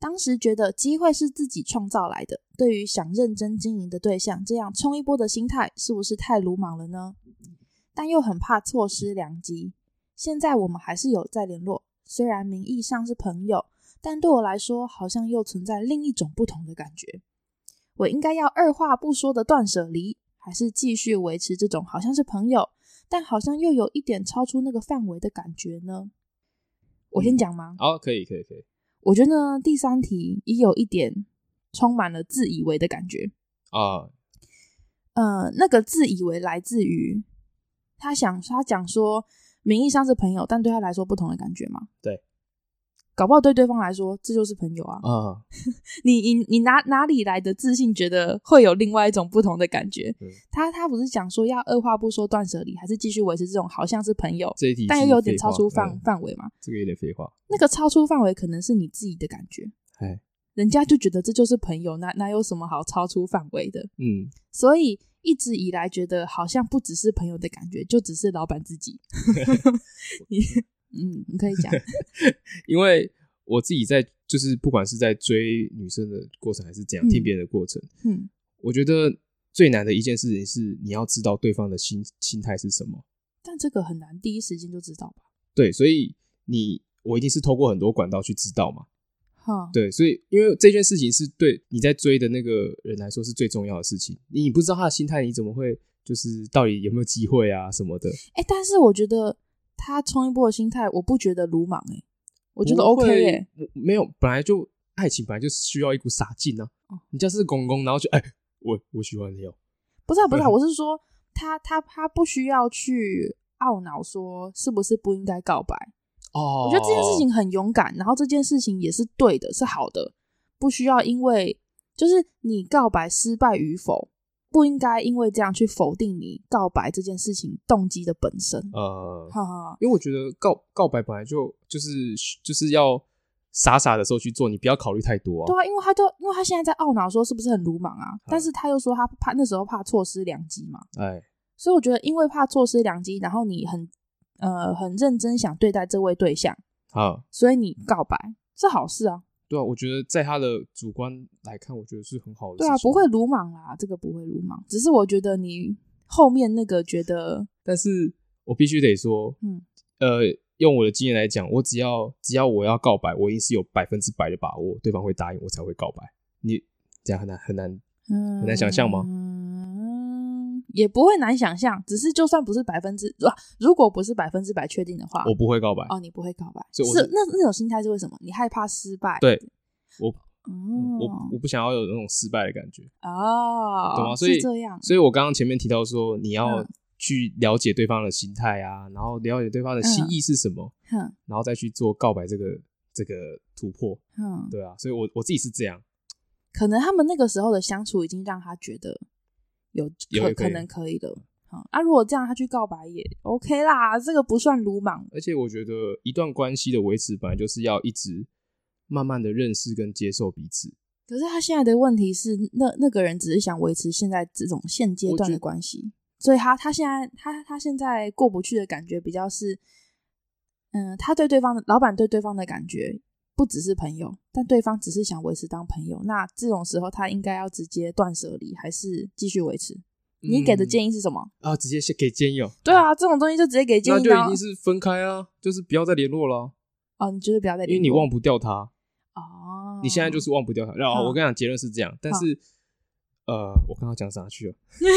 Speaker 2: 当时觉得机会是自己创造来的，对于想认真经营的对象，这样冲一波的心态是不是太鲁莽了呢？但又很怕错失良机。现在我们还是有在联络，虽然名义上是朋友，但对我来说好像又存在另一种不同的感觉。我应该要二话不说的断舍离，还是继续维持这种好像是朋友，但好像又有一点超出那个范围的感觉呢？我先讲吗？
Speaker 1: 好，可以，可以，可以。
Speaker 2: 我觉得呢第三题也有一点充满了自以为的感觉。
Speaker 1: 啊，
Speaker 2: 呃，那个自以为来自于他想他讲说，名义上是朋友，但对他来说不同的感觉嘛。
Speaker 1: 对，
Speaker 2: 搞不好对对方来说这就是朋友啊。
Speaker 1: 啊，
Speaker 2: 你你你哪哪里来的自信，觉得会有另外一种不同的感觉？
Speaker 1: 嗯
Speaker 2: 他他不是讲说要二话不说断舍离，还是继续维持这种好像是朋友，
Speaker 1: 这一题
Speaker 2: 但
Speaker 1: 是
Speaker 2: 又有点
Speaker 1: 废
Speaker 2: 超
Speaker 1: 话
Speaker 2: 出范、
Speaker 1: 嗯
Speaker 2: 范围嘛？
Speaker 1: 这个有点废话。
Speaker 2: 那个超出范围可能是你自己的感觉，
Speaker 1: 哎，
Speaker 2: 人家就觉得这就是朋友，那那有什么好超出范围的？
Speaker 1: 嗯，
Speaker 2: 所以一直以来觉得好像不只是朋友的感觉，就只是老板 自己。你嗯，你可以讲，
Speaker 1: 因为我自己在就是不管是在追女生的过程，还是怎样
Speaker 2: 嗯
Speaker 1: 听别人的过程，
Speaker 2: 嗯
Speaker 1: 我觉得最难的一件事情是你要知道对方的心心态是什么。
Speaker 2: 但这个很难第一时间就知道吧？
Speaker 1: 对，所以你我一定是透过很多管道去知道嘛。
Speaker 2: 哈，
Speaker 1: 对，所以因为这件事情是对你在追的那个人来说是最重要的事情，你不知道他的心态，你怎么会就是到底有没有机会啊什么的？
Speaker 2: 哎、但是我觉得他冲一波的心态，我不觉得鲁莽哎、我觉得
Speaker 1: 不会
Speaker 2: OK 哎、
Speaker 1: 我没有，本来就爱情本来就需要一股傻劲啊
Speaker 2: 哦。
Speaker 1: 你就是公公，然后就哎、我我喜欢你哦，
Speaker 2: 不是、啊、不是、啊，
Speaker 1: 对
Speaker 2: 我是说他他他不需要去懊恼说是不是不应该告白。
Speaker 1: 哦，
Speaker 2: 我觉得这件事情很勇敢，然后这件事情也是对的，是好的，不需要因为就是你告白失败与否，不应该因为这样去否定你告白这件事情动机的本身。
Speaker 1: 呃，
Speaker 2: 哈哈，
Speaker 1: 因为我觉得告告白本来就就是就是要傻傻的时候去做，你不要考虑太多
Speaker 2: 对
Speaker 1: 啊。
Speaker 2: 啊，因为他就因为他现在在懊恼说是不是很鲁莽啊，但是他又说他怕那时候怕错失良机嘛，
Speaker 1: 哎，
Speaker 2: 所以我觉得因为怕错失良机，然后你很呃很认真想对待这位对象，
Speaker 1: 好，
Speaker 2: 所以你告白是好事啊，
Speaker 1: 对啊，我觉得在他的主观来看，我觉得是很好的。
Speaker 2: 对啊，不会。鲁莽啦，这个不会鲁莽，只是我觉得你后面那个觉得，
Speaker 1: 但是我必须得说，
Speaker 2: 嗯，
Speaker 1: 呃，用我的经验来讲，我只要只要我要告白，我一定是有百分之百的把握，对方会答应我才会告白。你这样很难很难，
Speaker 2: 嗯，
Speaker 1: 很难想象吗
Speaker 2: 嗯，也不会难想象，只是就算不是百分之，啊如果不是百分之百确定的话，
Speaker 1: 我不会告白。
Speaker 2: 哦，你不会告白，
Speaker 1: 所以我
Speaker 2: 是
Speaker 1: 是
Speaker 2: 那那种心态是为什么？你害怕失败？
Speaker 1: 对，我
Speaker 2: 哦
Speaker 1: 我，我不想要有那种失败的感觉，
Speaker 2: 哦，
Speaker 1: 懂吗？啊所以
Speaker 2: 是这样，
Speaker 1: 所以我刚刚前面提到说，你要
Speaker 2: 嗯
Speaker 1: 去了解对方的心态啊，然后了解对方的
Speaker 2: 嗯
Speaker 1: 心意是什么，
Speaker 2: 哼
Speaker 1: 然后再去做告白这个这个突破，
Speaker 2: 哼，
Speaker 1: 对啊。所以我我自己是这样，
Speaker 2: 可能他们那个时候的相处已经让他觉得有
Speaker 1: 有
Speaker 2: 可
Speaker 1: 可以
Speaker 2: 可能可以的。好，啊，如果这样他去告白也 OK 啦，这个不算鲁莽，
Speaker 1: 而且我觉得一段关系的维持，本来就是要一直慢慢的认识跟接受彼此。
Speaker 2: 可是他现在的问题是，那那个人只是想维持现在这种现阶段
Speaker 1: 我觉
Speaker 2: 的关系，所以他他现在他他现在过不去的感觉比较是，嗯、他对对方的老板对对方的感觉不只是朋友，但对方只是想维持当朋友。那这种时候，他应该要直接断舍离，还是继续维持？你给的
Speaker 1: 议
Speaker 2: 建议是什么？
Speaker 1: 啊，直接先给建议哦。
Speaker 2: 对啊，这种东西就直接给建
Speaker 1: 那
Speaker 2: 议
Speaker 1: 就
Speaker 2: 呢
Speaker 1: 一定。是分开啊，就是不要再联络了
Speaker 2: 哦，你绝对不要再
Speaker 1: 啊，因
Speaker 2: 联络，
Speaker 1: 为你忘不掉他，
Speaker 2: 哦，
Speaker 1: 你现在就是忘不掉他。然后哦
Speaker 2: 好
Speaker 1: 我跟你讲，结论是这样，
Speaker 2: 嗯
Speaker 1: 但是呃，我刚刚讲啥去了？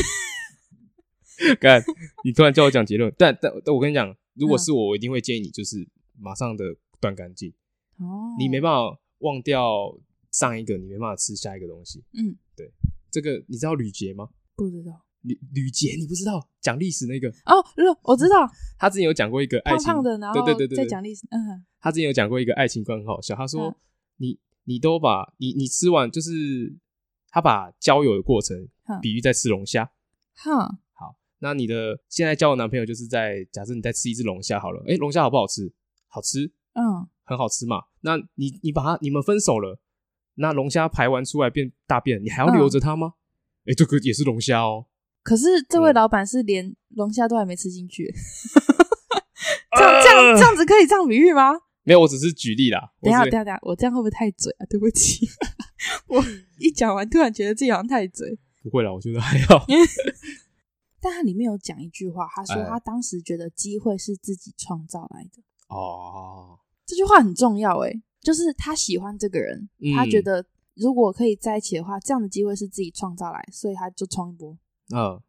Speaker 1: 干，你突然叫我讲结论，但但但我跟你讲，如
Speaker 2: 嗯
Speaker 1: 果是我，我一定会建议你，就是马上的断干净，
Speaker 2: 哦，
Speaker 1: 你没办法忘掉上一个，你没办法吃下一个东西。
Speaker 2: 嗯，
Speaker 1: 对，这个你知道吕杰吗？
Speaker 2: 不知道
Speaker 1: 吕吕杰，你不知道讲历史那个，
Speaker 2: 哦，如我知道，
Speaker 1: 他之前有讲过一个嗯爱
Speaker 2: 胖
Speaker 1: 情，
Speaker 2: 胖的，然后
Speaker 1: 对对对对
Speaker 2: 再
Speaker 1: 对
Speaker 2: 讲历史，嗯，
Speaker 1: 他之前有讲过一个爱情观很好笑，他说、
Speaker 2: 嗯
Speaker 1: 你你都把你你吃完就是他把交友的过程
Speaker 2: 嗯
Speaker 1: 比喻在吃龙虾。
Speaker 2: 哈，
Speaker 1: 好，那你的现在交的男朋友就是在假设你在吃一只龙虾好了，诶，龙虾好不好吃？好吃，
Speaker 2: 嗯，
Speaker 1: 很好吃嘛。那你你把它你们分手了，那龙虾排完出来变大便，你还要
Speaker 2: 嗯
Speaker 1: 留着它吗？诶，这个也是龙虾哦。
Speaker 2: 可是这位
Speaker 1: 嗯
Speaker 2: 老板是连龙虾都还没吃 进去，这样这样这样子可以这样比喻吗？
Speaker 1: 没有，我只是举例啦。我
Speaker 2: 等一下，
Speaker 1: 只
Speaker 2: 等一下，等一下，我这样会不会太嘴啊？对不起， 我一讲完突然觉得自己好像太嘴。
Speaker 1: 不会啦，我觉得还好。
Speaker 2: 但他里面有讲一句话，他说
Speaker 1: 哎
Speaker 2: 他当时觉得机会是自己创造来的，
Speaker 1: 哦，
Speaker 2: 这句话很重要诶、就是他喜欢这个人，
Speaker 1: 嗯
Speaker 2: 他觉得如果可以在一起的话，这样的机会是自己创造来，所以他就冲一波。
Speaker 1: 嗯，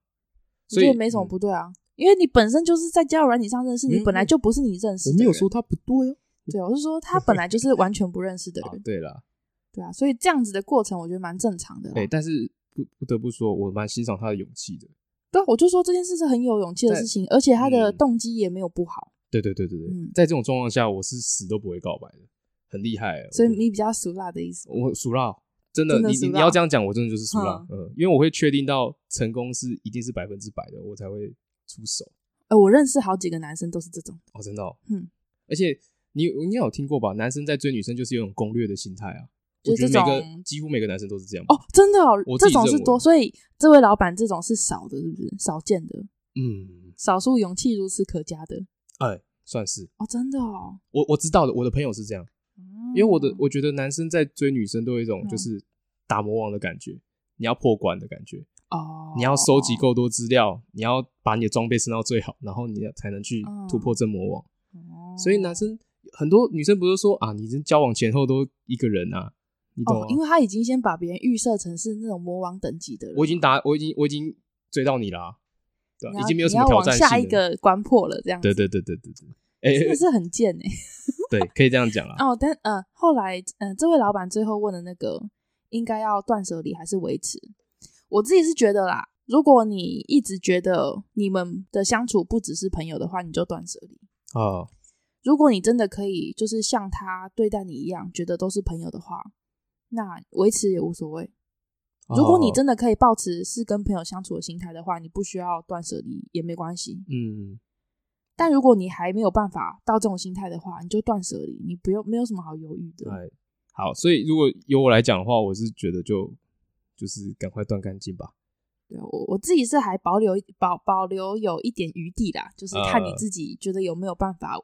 Speaker 2: 我
Speaker 1: 所
Speaker 2: 觉
Speaker 1: 以
Speaker 2: 得没什么
Speaker 1: 嗯
Speaker 2: 不对啊，因为你本身就是在交友软体上认识，
Speaker 1: 没有
Speaker 2: 你本来就不是你认识
Speaker 1: 我
Speaker 2: 的
Speaker 1: 没
Speaker 2: 人。
Speaker 1: 有说他不对啊。
Speaker 2: 对，我是说他本来就是完全不认识的
Speaker 1: 啊
Speaker 2: 人，
Speaker 1: 对啦，
Speaker 2: 对啊，所以这样子的过程我觉得蛮正常的啦。
Speaker 1: 哎，但是不不得不说，我蛮欣赏他的勇气的。
Speaker 2: 对啊，我就说这件事是很有勇气的事情，而且他的
Speaker 1: 嗯
Speaker 2: 动机也没有不好，
Speaker 1: 对对对对对
Speaker 2: 嗯，
Speaker 1: 在这种状况下，我是死都不会告白的，很厉害欸。
Speaker 2: 所以
Speaker 1: 我觉得
Speaker 2: 你比较俗辣的意思。
Speaker 1: 我熟辣，真的，
Speaker 2: 真的
Speaker 1: 你你
Speaker 2: 熟
Speaker 1: 你
Speaker 2: 辣
Speaker 1: 要这样讲，我真的就是熟辣。嗯，因为我会确定到成功是一定是百分之百的，我才会出手。
Speaker 2: 呃，我认识好几个男生都是这种，
Speaker 1: 哦，真的、哦，
Speaker 2: 嗯，
Speaker 1: 而且你你应该有听过吧？男生在追女生就是有一种攻略的心态啊，
Speaker 2: 就
Speaker 1: 我觉
Speaker 2: 是这
Speaker 1: 得每
Speaker 2: 种
Speaker 1: 个几乎每个男生都是这样吧
Speaker 2: 哦，，真的哦
Speaker 1: 我，自
Speaker 2: 这
Speaker 1: 己
Speaker 2: 种是
Speaker 1: 认为
Speaker 2: 多，所以这位老板这种是少的，是不是？少见的，
Speaker 1: 嗯，
Speaker 2: 少数勇气如此可嘉的
Speaker 1: 哎，算是
Speaker 2: 哦，真的哦，
Speaker 1: 我我知道的，我的朋友是这样，因为我的
Speaker 2: 嗯
Speaker 1: 我觉得男生在追女生都有一种
Speaker 2: 嗯
Speaker 1: 就是打魔王的感觉，你要破关的感觉，
Speaker 2: 哦，
Speaker 1: 你要收集够多资料，你要把你的装备升到最好，然后你才能去突破这魔王。
Speaker 2: 嗯哦，
Speaker 1: 所以男生很多女生不是说啊，你这交往前后都一个人啊，你懂吗
Speaker 2: 哦，？因为他已经先把别人预设成是那种魔王等级的人，
Speaker 1: 我已经打，我已经我已经追到你啦、对吧、
Speaker 2: 你
Speaker 1: 已
Speaker 2: 要
Speaker 1: 经没有什
Speaker 2: 你
Speaker 1: 么
Speaker 2: 要
Speaker 1: 挑
Speaker 2: 往
Speaker 1: 战性了。
Speaker 2: 下一个关破了，这样
Speaker 1: 对
Speaker 2: 子，
Speaker 1: 对对对对对，哎、
Speaker 2: 真
Speaker 1: 哎
Speaker 2: 的是很贱哎。
Speaker 1: 对，可以这样讲 啦。
Speaker 2: 哦，但呃，后来呃，这位老板最后问的那个，应该要断舍离还是维持？我自己是觉得啦，如果你一直觉得你们的相处不只是朋友的话，你就断舍离。哦
Speaker 1: 啊，
Speaker 2: 如果你真的可以，就是像他对待你一样，觉得都是朋友的话，那维持也无所谓。如果你
Speaker 1: 哦
Speaker 2: 真的可以保持是跟朋友相处的心态的话，你不需要断舍离也没关系。
Speaker 1: 嗯，
Speaker 2: 但如果你还没有办法到这种心态的话，你就断舍离，你不用没有什么好犹豫的。
Speaker 1: 哎，好，所以如果由我来讲的话，我是觉得就就是赶快断干净吧。
Speaker 2: 对我我自己是还保留保保留有一点余地啦，就是看你
Speaker 1: 呃
Speaker 2: 自己觉得有没有办法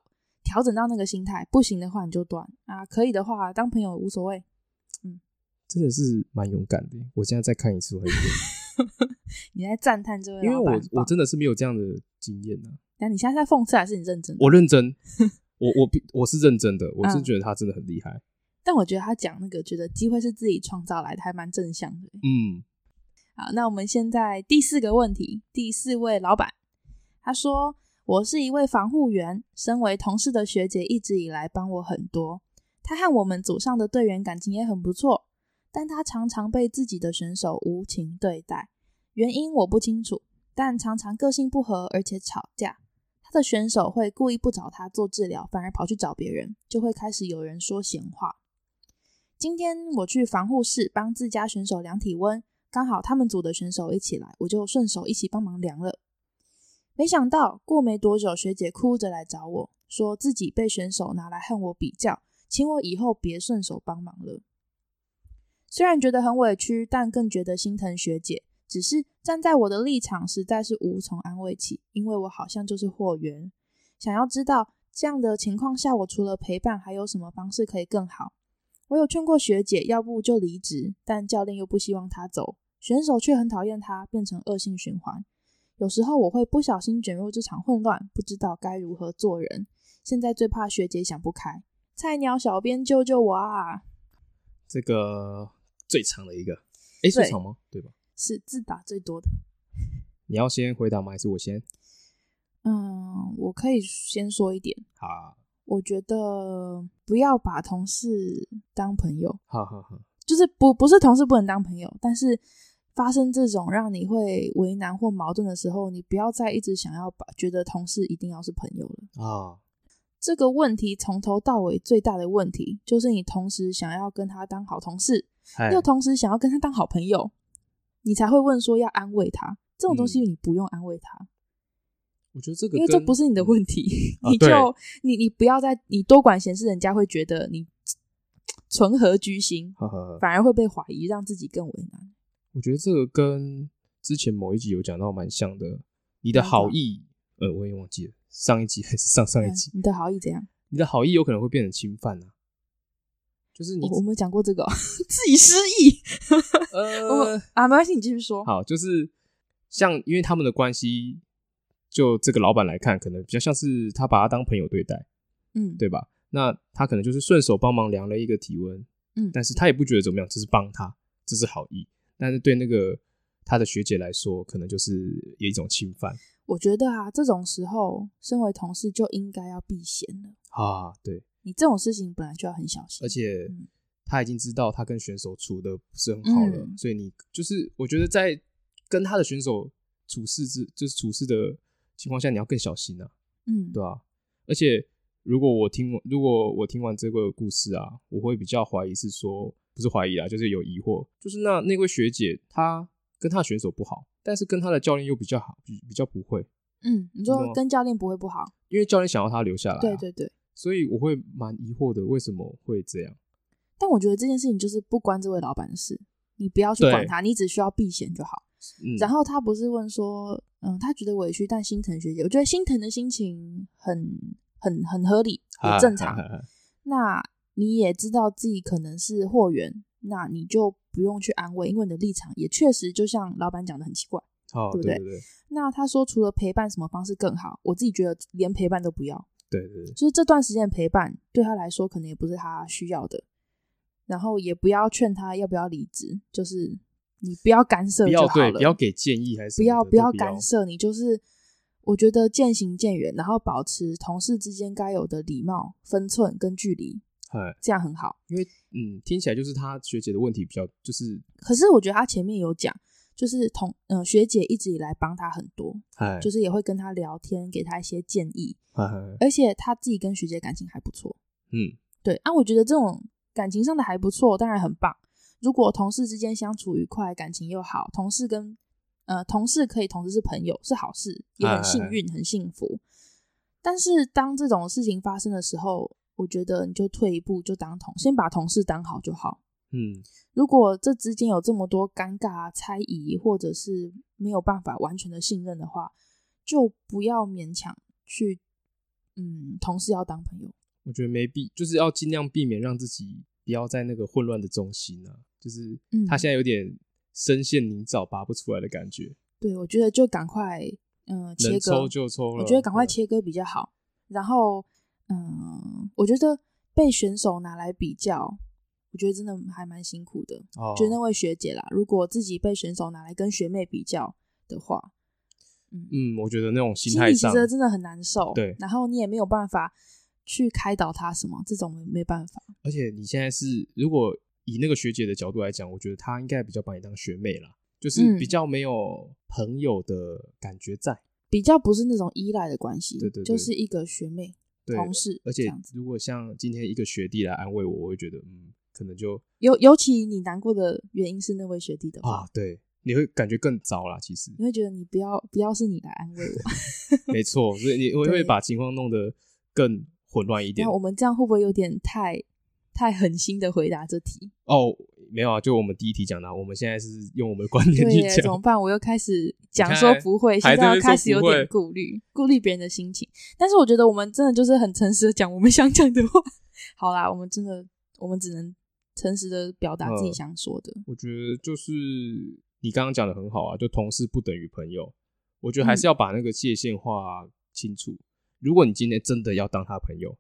Speaker 2: 调整到那个心态，不行的话你就断啊，可以的话当朋友无所谓。
Speaker 1: 真的是蛮勇敢的，我现在再看一次我还觉得
Speaker 2: 你在赞叹这位
Speaker 1: 因为
Speaker 2: 老板
Speaker 1: 我我
Speaker 2: 吧，
Speaker 1: 真的是没有这样的经验啊。
Speaker 2: 那你现在在讽刺还是你认真的？
Speaker 1: 我认 真，我我必我是认真的，我是
Speaker 2: 嗯
Speaker 1: 觉得他真的很厉害。
Speaker 2: 但我觉得他讲那个觉得机会是自己创造来的，还蛮正向的。
Speaker 1: 嗯，
Speaker 2: 好，那我们现在第四个问题，第四位老板，他说：“我是一位防护员，身为同事的学姐一直以来帮我很多，她和我们组上的队员感情也很不错，但她常常被自己的选手无情对待，原因我不清楚，但常常个性不合，而且吵架。”她的选手会故意不找她做治疗，反而跑去找别人，就会开始有人说闲话。今天我去防护室帮自家选手量体温，刚好他们组的选手一起来，我就顺手一起帮忙量了。没想到过没多久，学姐哭着来找我说自己被选手拿来和我比较，请我以后别顺手帮忙了。虽然觉得很委屈，但更觉得心疼学姐。只是站在我的立场，实在是无从安慰起，因为我好像就是货源。想要知道这样的情况下，我除了陪伴，还有什么方式可以更好？我有劝过学姐，要不就离职，但教练又不希望她走，选手却很讨厌她，变成恶性循环。有时候我会不小心卷入这场混乱，不知道该如何做人。现在最怕学姐想不开，菜鸟小编救救我啊！
Speaker 1: 这个最长的一个，哎，最长吗？对吧？
Speaker 2: 是自打最多的。
Speaker 1: 你要先回答吗？还是我先？
Speaker 2: 嗯，我可以先说一点，
Speaker 1: 好，
Speaker 2: 我觉得不要把同事当朋友，
Speaker 1: 好好好，
Speaker 2: 就是不不是同事不能当朋友，但是发生这种让你会为难或矛盾的时候，你不要再一直想要把觉得同事一定要是朋友了。
Speaker 1: 啊，
Speaker 2: 这个问题从头到尾最大的问题就是你同时想要跟他当好同事，
Speaker 1: 嗨
Speaker 2: 又同时想要跟他当好朋友，你才会问说要安慰他。这种东西你不用安慰他，
Speaker 1: 我嗯觉得这个
Speaker 2: 因为这
Speaker 1: 跟
Speaker 2: 不是你的问题，
Speaker 1: 啊
Speaker 2: 你
Speaker 1: 对
Speaker 2: 就你你不要再你多管闲事，人家会觉得你存和居心，
Speaker 1: 呵呵呵，
Speaker 2: 反而会被怀疑，让自己更为难。
Speaker 1: 我觉得这个跟之前某一集有讲到蛮像的，你的
Speaker 2: 啊
Speaker 1: 好意，呃，我也忘记了上一集还是上上一
Speaker 2: 嗯
Speaker 1: 集，
Speaker 2: 你的好意怎样？
Speaker 1: 你的好意有可能会变成侵犯啊，就是你
Speaker 2: 我我们有讲过 这个哦、自己失忆。
Speaker 1: 呃
Speaker 2: 我，啊，没关系，你继续说。
Speaker 1: 好，就是像因为他们的关系，就这个老板来看，可能比较像是他把他当朋友对待，
Speaker 2: 嗯，
Speaker 1: 对吧？那他可能就是顺手帮忙量了一个体温，
Speaker 2: 嗯
Speaker 1: 但是他也不觉得怎么样，只是帮他，这是好意。但是对那个他的学姐来说，可能就是有一种侵犯
Speaker 2: 我觉得啊，这种时候，身为同事就应该要避嫌了。
Speaker 1: 啊，对，
Speaker 2: 你这种事情本来就要很小心，
Speaker 1: 而且
Speaker 2: 嗯
Speaker 1: 他已经知道他跟选手处的不是很好了，
Speaker 2: 嗯
Speaker 1: 所以你就是我觉得在跟他的选手处事之就是处事的情况下，你要更小心啊。
Speaker 2: 嗯，
Speaker 1: 对啊，而且如果我听如果我听完这个故事啊，我会比较怀疑是说不是怀疑啊，就是有疑惑，就是那那位学姐她跟她的选手不好，但是跟她的教练又比较好，比比较不会，
Speaker 2: 嗯，你
Speaker 1: 你懂
Speaker 2: 说
Speaker 1: 吗
Speaker 2: 跟教练不会不好，
Speaker 1: 因为教练想要她留下来、啊，
Speaker 2: 对，对对。
Speaker 1: 所以我会蛮疑惑的，为什么会这样？
Speaker 2: 但我觉得这件事情就是不关这位老板的事，你不要去管
Speaker 1: 对
Speaker 2: 他，你只需要避嫌就好。
Speaker 1: 嗯，
Speaker 2: 然后他不是问说，嗯，他觉得委屈，但心疼学姐，我觉得心疼的心情很很很合理，很正常
Speaker 1: 哎。哎哎哎
Speaker 2: 那你也知道自己可能是货源，那你就不用去安慰，因为你的立场也确实就像老板讲的很奇怪。
Speaker 1: 好，
Speaker 2: 对不
Speaker 1: 哦对
Speaker 2: 对
Speaker 1: 对对
Speaker 2: 那他说除了陪伴什么方式更好，我自己觉得连陪伴都不要，
Speaker 1: 对对对，
Speaker 2: 就是这段时间的陪伴对他来说可能也不是他需要的，然后也不要劝他要不要离职，就是你不要干涉
Speaker 1: 不
Speaker 2: 就
Speaker 1: 要
Speaker 2: 好
Speaker 1: 对，
Speaker 2: 了
Speaker 1: 不要给建议还是
Speaker 2: 不
Speaker 1: 什
Speaker 2: 要
Speaker 1: 么的
Speaker 2: 不要
Speaker 1: 都
Speaker 2: 干涉，你就是我觉得渐行渐远，然后保持同事之间该有的礼貌、分寸跟距离，
Speaker 1: 哎，
Speaker 2: 这样很好。
Speaker 1: 因为嗯，听起来就是她学姐的问题比较就是
Speaker 2: 可是我觉得他前面有讲，就是同呃学姐一直以来帮他很多，
Speaker 1: 哎，
Speaker 2: 就是是也会跟他聊天，给他一些建议，
Speaker 1: 嗯
Speaker 2: 而且他自己跟学姐感情还不错。
Speaker 1: 嗯
Speaker 2: 对啊，我觉得这种感情上的还不错，当然很棒。如果同事之间相处愉快，感情又好，同事跟呃同事可以同时是朋友是好事，也很幸运，很幸福。但是当这种事情发生的时候，我觉得你就退一步，就当同先把同事当好就好。
Speaker 1: 嗯
Speaker 2: 如果这之间有这么多尴尬、啊猜疑，或者是没有办法完全的信任的话，就不要勉强去，嗯，同事要当朋友。
Speaker 1: 我觉得没必，就是要尽量避免让自己不要在那个混乱的中心啊。就是
Speaker 2: 嗯
Speaker 1: 他现在有点深陷泥沼，拔不出来的感觉，
Speaker 2: 对，我觉得就赶快，嗯、切
Speaker 1: 能
Speaker 2: 割
Speaker 1: 抽，就抽了。
Speaker 2: 我觉得赶快
Speaker 1: 嗯
Speaker 2: 切割比较好。然后，嗯，我觉得被选手拿来比较，我觉得真的还蛮辛苦的。
Speaker 1: 哦，
Speaker 2: 就那位学姐啦，如果自己被选手拿来跟学妹比较的话，嗯
Speaker 1: 嗯，我觉得那种心
Speaker 2: 心
Speaker 1: 态
Speaker 2: 里其
Speaker 1: 上，
Speaker 2: 实真的很难受。
Speaker 1: 对
Speaker 2: 然后你也没有办法去开导他什么，这种没没办法。
Speaker 1: 而且你现在是如果以那个学姐的角度来讲，我觉得她应该比较把你当学妹啦，就是
Speaker 2: 嗯
Speaker 1: 比较没有朋友的感觉在。
Speaker 2: 比较不是那种依赖的关系，
Speaker 1: 对对对
Speaker 2: 就是一个学妹、
Speaker 1: 对，
Speaker 2: 同事
Speaker 1: 而
Speaker 2: 这
Speaker 1: 且
Speaker 2: 样子。
Speaker 1: 如果像今天一个学弟来安慰我，我会觉得嗯，可能就
Speaker 2: 尤尤其你难过的原因是那位学弟的话，
Speaker 1: 啊，对，你会感觉更糟啦。其 实，
Speaker 2: 你会觉得你不要不要是你来安慰 我，
Speaker 1: 没错，所以你会
Speaker 2: 对
Speaker 1: 会把情况弄得更混乱一点
Speaker 2: 那。我们这样会不会有点太太狠心的回答 这题？
Speaker 1: 哦，没有啊，就我们第一题讲的啊，我们现在是用我们的观点
Speaker 2: 对
Speaker 1: 去
Speaker 2: 耶，怎么
Speaker 1: 讲。
Speaker 2: 办？我又开始讲
Speaker 1: 看
Speaker 2: 说不会，
Speaker 1: 还
Speaker 2: 现在
Speaker 1: 在那
Speaker 2: 要
Speaker 1: 边
Speaker 2: 开始
Speaker 1: 说
Speaker 2: 有
Speaker 1: 不
Speaker 2: 点
Speaker 1: 会
Speaker 2: 顾虑，顾虑别人的心情。但是我觉得我们真的就是很诚实的讲我们想讲的话。 好啦，我们真的，我们只能诚实的表达自己
Speaker 1: 嗯
Speaker 2: 想说的。
Speaker 1: 我觉得就是你刚刚讲的很好啊，就同事不等于朋友，我觉得还
Speaker 2: 嗯
Speaker 1: 是要把那个界限划清楚。如果你今天真的要当他朋友，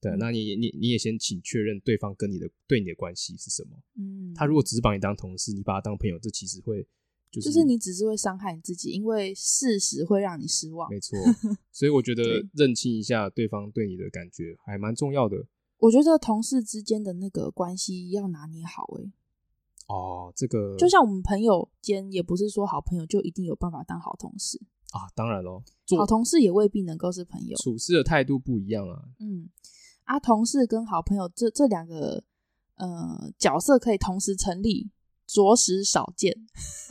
Speaker 1: 对，
Speaker 2: 嗯
Speaker 1: 那你你你也先请确认对方跟你的对你的关系是什么。
Speaker 2: 嗯，
Speaker 1: 他如果只是把你当同事，你把他当朋友，这其实会就是
Speaker 2: 就是你只是会伤害你自己，因为事实会让你失望。
Speaker 1: 没错。所以我觉得
Speaker 2: 对
Speaker 1: 认清一下对方对你的感觉还蛮重要的。
Speaker 2: 我觉得同事之间的那个关系要拿捏好、欸，
Speaker 1: 哦，这个
Speaker 2: 就像我们朋友间，也不是说好朋友就一定有办法当好同事，
Speaker 1: 啊，当然咯，做
Speaker 2: 好同事也未必能够是朋友。
Speaker 1: 处事的态度不一样啊。
Speaker 2: 嗯，啊，同事跟好朋友这这两个呃角色可以同时成立，着实少见。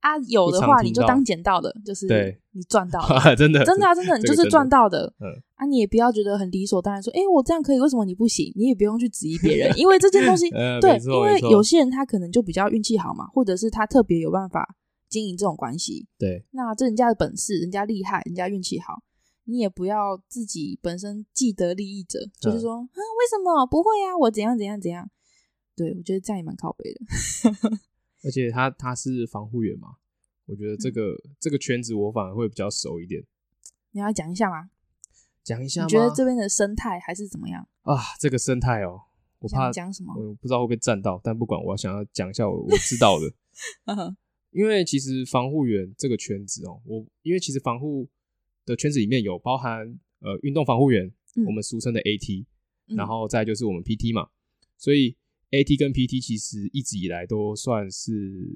Speaker 2: 啊，有的
Speaker 1: 不
Speaker 2: 话
Speaker 1: 常
Speaker 2: 你
Speaker 1: 听
Speaker 2: 就
Speaker 1: 到
Speaker 2: 当捡到的，就是
Speaker 1: 对。
Speaker 2: 你赚到了
Speaker 1: 真的，
Speaker 2: 真的、啊，真的，你
Speaker 1: 这
Speaker 2: 就
Speaker 1: 个
Speaker 2: 是
Speaker 1: 真的
Speaker 2: 赚到的。
Speaker 1: 嗯
Speaker 2: 啊，你也不要觉得很理所当然，说，哎、我这样可以，为什么你不行？你也不用去质疑 别人，因为这件东西，
Speaker 1: 呃
Speaker 2: 对
Speaker 1: 没，错
Speaker 2: 因为
Speaker 1: 没错
Speaker 2: 有些人他可能就比较运气好嘛，或者是他特别有办法经营这种关系。
Speaker 1: 对，
Speaker 2: 那这人家的本事，人家厉害，人家运气好，你也不要自己本身既得利益
Speaker 1: 嗯
Speaker 2: 者，就是说，啊，为什么不会啊？我怎样怎样怎样？对我觉得这样也蛮靠北的。
Speaker 1: 而且他他是防护员嘛，我觉得
Speaker 2: 嗯
Speaker 1: 这个、这个圈子我反而会比较熟一点。
Speaker 2: 你要讲一下吗？
Speaker 1: 讲一下
Speaker 2: 你
Speaker 1: 吗？
Speaker 2: 觉得这边的生态还是怎么样？
Speaker 1: 啊，这个生态哦，我怕嗯
Speaker 2: 想 讲什么？
Speaker 1: 我不知道会不会占到，但不管，我想要讲一下我我知道的，
Speaker 2: 嗯
Speaker 1: 因为其实防护员这个圈子哦，我因为其实防护的圈子里面有包含呃运动防护员，
Speaker 2: 嗯
Speaker 1: 我们俗称的 AT，
Speaker 2: 嗯
Speaker 1: 然后再就是我们 PT 嘛，所以 AT 跟 PT 其实一直以来都算是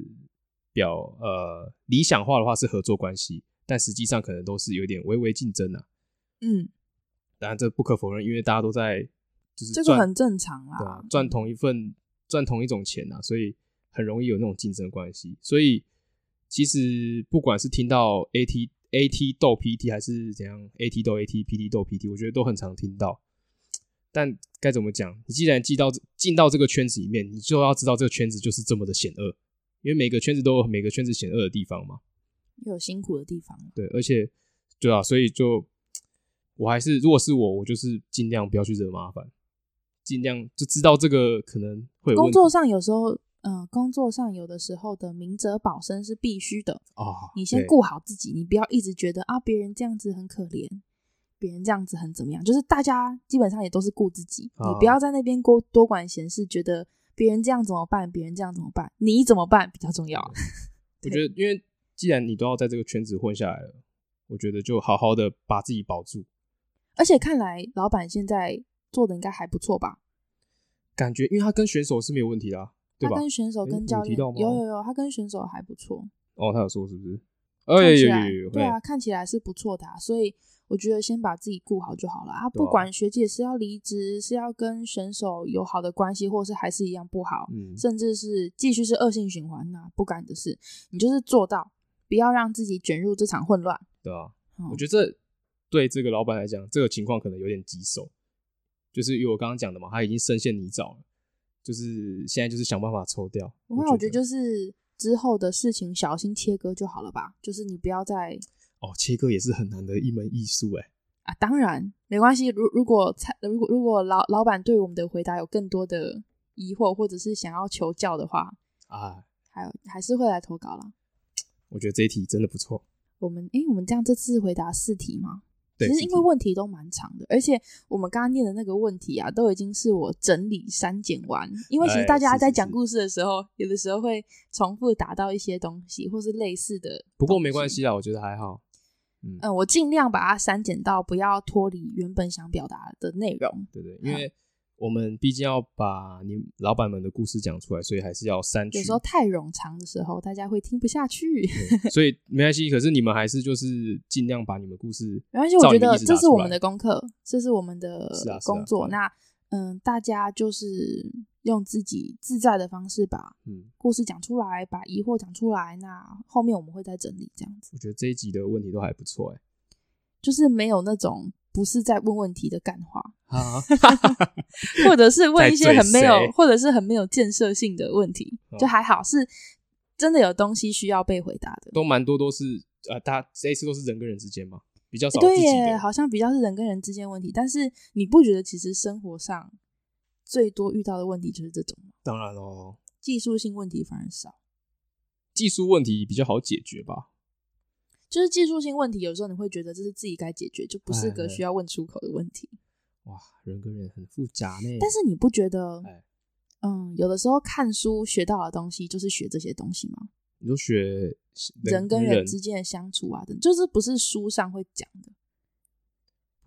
Speaker 1: 表呃理想化的话是合作关系，但实际上可能都是有点微微竞争啊。
Speaker 2: 嗯，
Speaker 1: 当然这不可否认，因为大家都在就是
Speaker 2: 这个
Speaker 1: 赚
Speaker 2: 很正常
Speaker 1: 对啊
Speaker 2: 啦，。
Speaker 1: 赚同一份赚同一种钱啊，所以很容易有那种竞争关系。所以其实不管是听到 AT AT 斗 PT 还是怎样，AT 斗 AT，PT 斗 PT，我觉得都很常听到。但该怎么讲？你既然进到进到这个圈子里面，你就要知道这个圈子就是这么的险恶，因为每个圈子都有每个圈子险恶的地方嘛。
Speaker 2: 又有辛苦的地方了。
Speaker 1: 对，而且对啊，所以就我还是，如果是我，我就是尽量不要去惹麻烦，尽量就知道这个可能会有
Speaker 2: 工
Speaker 1: 问题
Speaker 2: 作上有时候，嗯、工作上有的时候的明哲保身是必须的。
Speaker 1: 啊、
Speaker 2: 你先
Speaker 1: 对
Speaker 2: 顾好自己，你不要一直觉得啊，别人这样子很可怜，别人这样子很怎么样。就是大家基本上也都是顾自己，
Speaker 1: 啊
Speaker 2: 你不要在那边多多管闲事，觉得别人这样怎么办，别人这样怎么办，你怎么办比较重要。
Speaker 1: 我觉得，因为既然你都要在这个圈子混下来了，我觉得就好好的把自己保住。
Speaker 2: 而且看来老板现在做的应该还不错吧？
Speaker 1: 感觉，因为他跟选手是没有问题的啊、对
Speaker 2: 他
Speaker 1: 吧？
Speaker 2: 跟选手
Speaker 1: 诶
Speaker 2: 跟
Speaker 1: 有
Speaker 2: 教
Speaker 1: 提
Speaker 2: 练
Speaker 1: 到吗
Speaker 2: 有有有，他跟选手还不错。
Speaker 1: 哦，他有说是不是？哎，
Speaker 2: 看起
Speaker 1: 有
Speaker 2: 来
Speaker 1: 有有有，
Speaker 2: 对
Speaker 1: 嘿
Speaker 2: 啊，，看起来是不错的、啊，所以我觉得先把自己顾好就好了
Speaker 1: 对
Speaker 2: 啊。
Speaker 1: 啊
Speaker 2: 不管学姐是要离职，是要跟选手有好的关系，或是还是一样不好，
Speaker 1: 嗯，
Speaker 2: 甚至是继续是恶性循环那、不干你的事，你就是做到，不要让自己卷入这场混乱。
Speaker 1: 对啊，
Speaker 2: 嗯
Speaker 1: 我觉得这对这个老板来讲，这个情况可能有点棘手，就是因为我刚刚讲的嘛，他已经深陷泥沼了，就是现在就是想办法抽掉。
Speaker 2: 不啊过我觉
Speaker 1: 得
Speaker 2: 得就是之后的事情小心切割就好了吧，就是你不要再
Speaker 1: 哦，切割也是很难的一门艺术哎。
Speaker 2: 啊，当然没关系。如如果蔡如果如果老老板对我们的回答有更多的疑惑，或者是想要求教的话，
Speaker 1: 啊，
Speaker 2: 还有还是会来投稿啦。
Speaker 1: 我觉得这一题真的不错。
Speaker 2: 我们诶，我们这样这次回答四题吗？
Speaker 1: 对，
Speaker 2: 其实
Speaker 1: 这
Speaker 2: 因
Speaker 1: 题
Speaker 2: 为问题都蛮长的，而且我们刚刚念的那个问题啊，都已经是我整理删减完。因为其实
Speaker 1: 哎
Speaker 2: 大家
Speaker 1: 是
Speaker 2: 在
Speaker 1: 是
Speaker 2: 讲
Speaker 1: 是
Speaker 2: 故事的时候，有的时候会重复打到一些东西，或是类似的。
Speaker 1: 不过没关。系啦，我觉得还好。嗯，
Speaker 2: 嗯，我尽量把它删减到不要脱离原本想表达的内容。
Speaker 1: 对对，因为我们毕竟要把你老板们的故事讲出来，所以还是要删去
Speaker 2: 有。时候太冗长的时候，大家会听不下去。
Speaker 1: 对所以没关系，可是你们还是就是尽量把你们故事
Speaker 2: 没关系，我
Speaker 1: 照
Speaker 2: 觉
Speaker 1: 你们
Speaker 2: 得
Speaker 1: 意思
Speaker 2: 这
Speaker 1: 打
Speaker 2: 是
Speaker 1: 出
Speaker 2: 我
Speaker 1: 来
Speaker 2: 们的功课，这是我们的
Speaker 1: 是啊是啊
Speaker 2: 工作。
Speaker 1: 对
Speaker 2: 那嗯，大家就是用自己自在的方式把
Speaker 1: 嗯，
Speaker 2: 故事讲出来，把疑惑讲出来。那后面我们会再整理，这样子
Speaker 1: 我觉得这一集的问题都还不错哎。
Speaker 2: 就是没有那种不是在问问题的干话，
Speaker 1: 啊，
Speaker 2: 或者是问一些很没
Speaker 1: 在嘴
Speaker 2: 有，
Speaker 1: 谁
Speaker 2: 或者是很没有建设性的问题，
Speaker 1: 哦
Speaker 2: 就还好是真的有东西需要被回答的。
Speaker 1: 都蛮多都是呃，大家这一次都是人跟人之间嘛，比较少
Speaker 2: 欸对
Speaker 1: 自己
Speaker 2: 耶，
Speaker 1: 的。
Speaker 2: 好像比较是人跟人之间的问题，但是你不觉得其实生活上最多遇到的问题就是这种吗？
Speaker 1: 当然哦，
Speaker 2: 技术性问题反而少，
Speaker 1: 技术问题比较好解决吧。
Speaker 2: 就是技术性问题，有时候你会觉得这是自己该解决，就不是个
Speaker 1: 哎
Speaker 2: 需要问出口的问题。
Speaker 1: 哇，人跟人很复杂呢。
Speaker 2: 但是你不觉得
Speaker 1: 哎，
Speaker 2: 嗯，有的时候看书学到的东西就是学这些东西吗？
Speaker 1: 你就学
Speaker 2: 人
Speaker 1: 跟
Speaker 2: 跟人之间的相处啊，等，就是不是书上会讲的，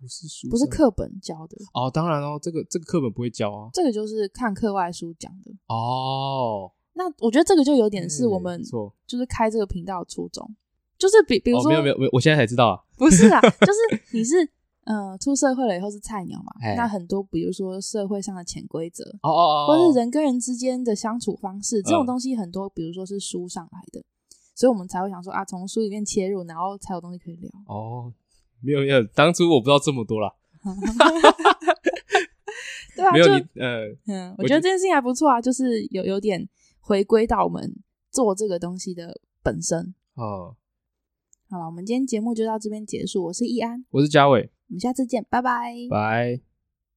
Speaker 1: 不是书，
Speaker 2: 不是课本教的，
Speaker 1: 哦，当然哦，这个这个课本不会教啊。
Speaker 2: 这个就是看课外书讲的。
Speaker 1: 哦，
Speaker 2: 那我觉得这个就有点是我
Speaker 1: 哎
Speaker 2: 们
Speaker 1: 不错
Speaker 2: 就是开这个频道的初衷，就是比比如
Speaker 1: 哦，
Speaker 2: 说、
Speaker 1: 没有没有没有，我现在才知道啊。
Speaker 2: 不是 啊，就是你是呃出社会了以后是菜鸟嘛，
Speaker 1: 哎
Speaker 2: 那很多比如说社会上的潜规则，
Speaker 1: 哦哦哦，
Speaker 2: 或是人跟人之间的相处方式，这种
Speaker 1: 嗯
Speaker 2: 东西很多，比如说是书上来的，所以我们才会想说啊，从书里面切入，然后才有东西可以聊。
Speaker 1: 哦，没有没有，当初我不知道这么多啦。
Speaker 2: 对啊，
Speaker 1: 没有
Speaker 2: 就
Speaker 1: 你呃，
Speaker 2: 嗯，我
Speaker 1: 我
Speaker 2: 觉
Speaker 1: 觉
Speaker 2: 得这件事情还不错啊，就是有有点回归到我们做这个东西的本身。
Speaker 1: 啊，
Speaker 2: 好了，我们今天节目就到这边结束。我是易安，
Speaker 1: 我是嘉伟，
Speaker 2: 我们下次见，拜拜。
Speaker 1: 拜。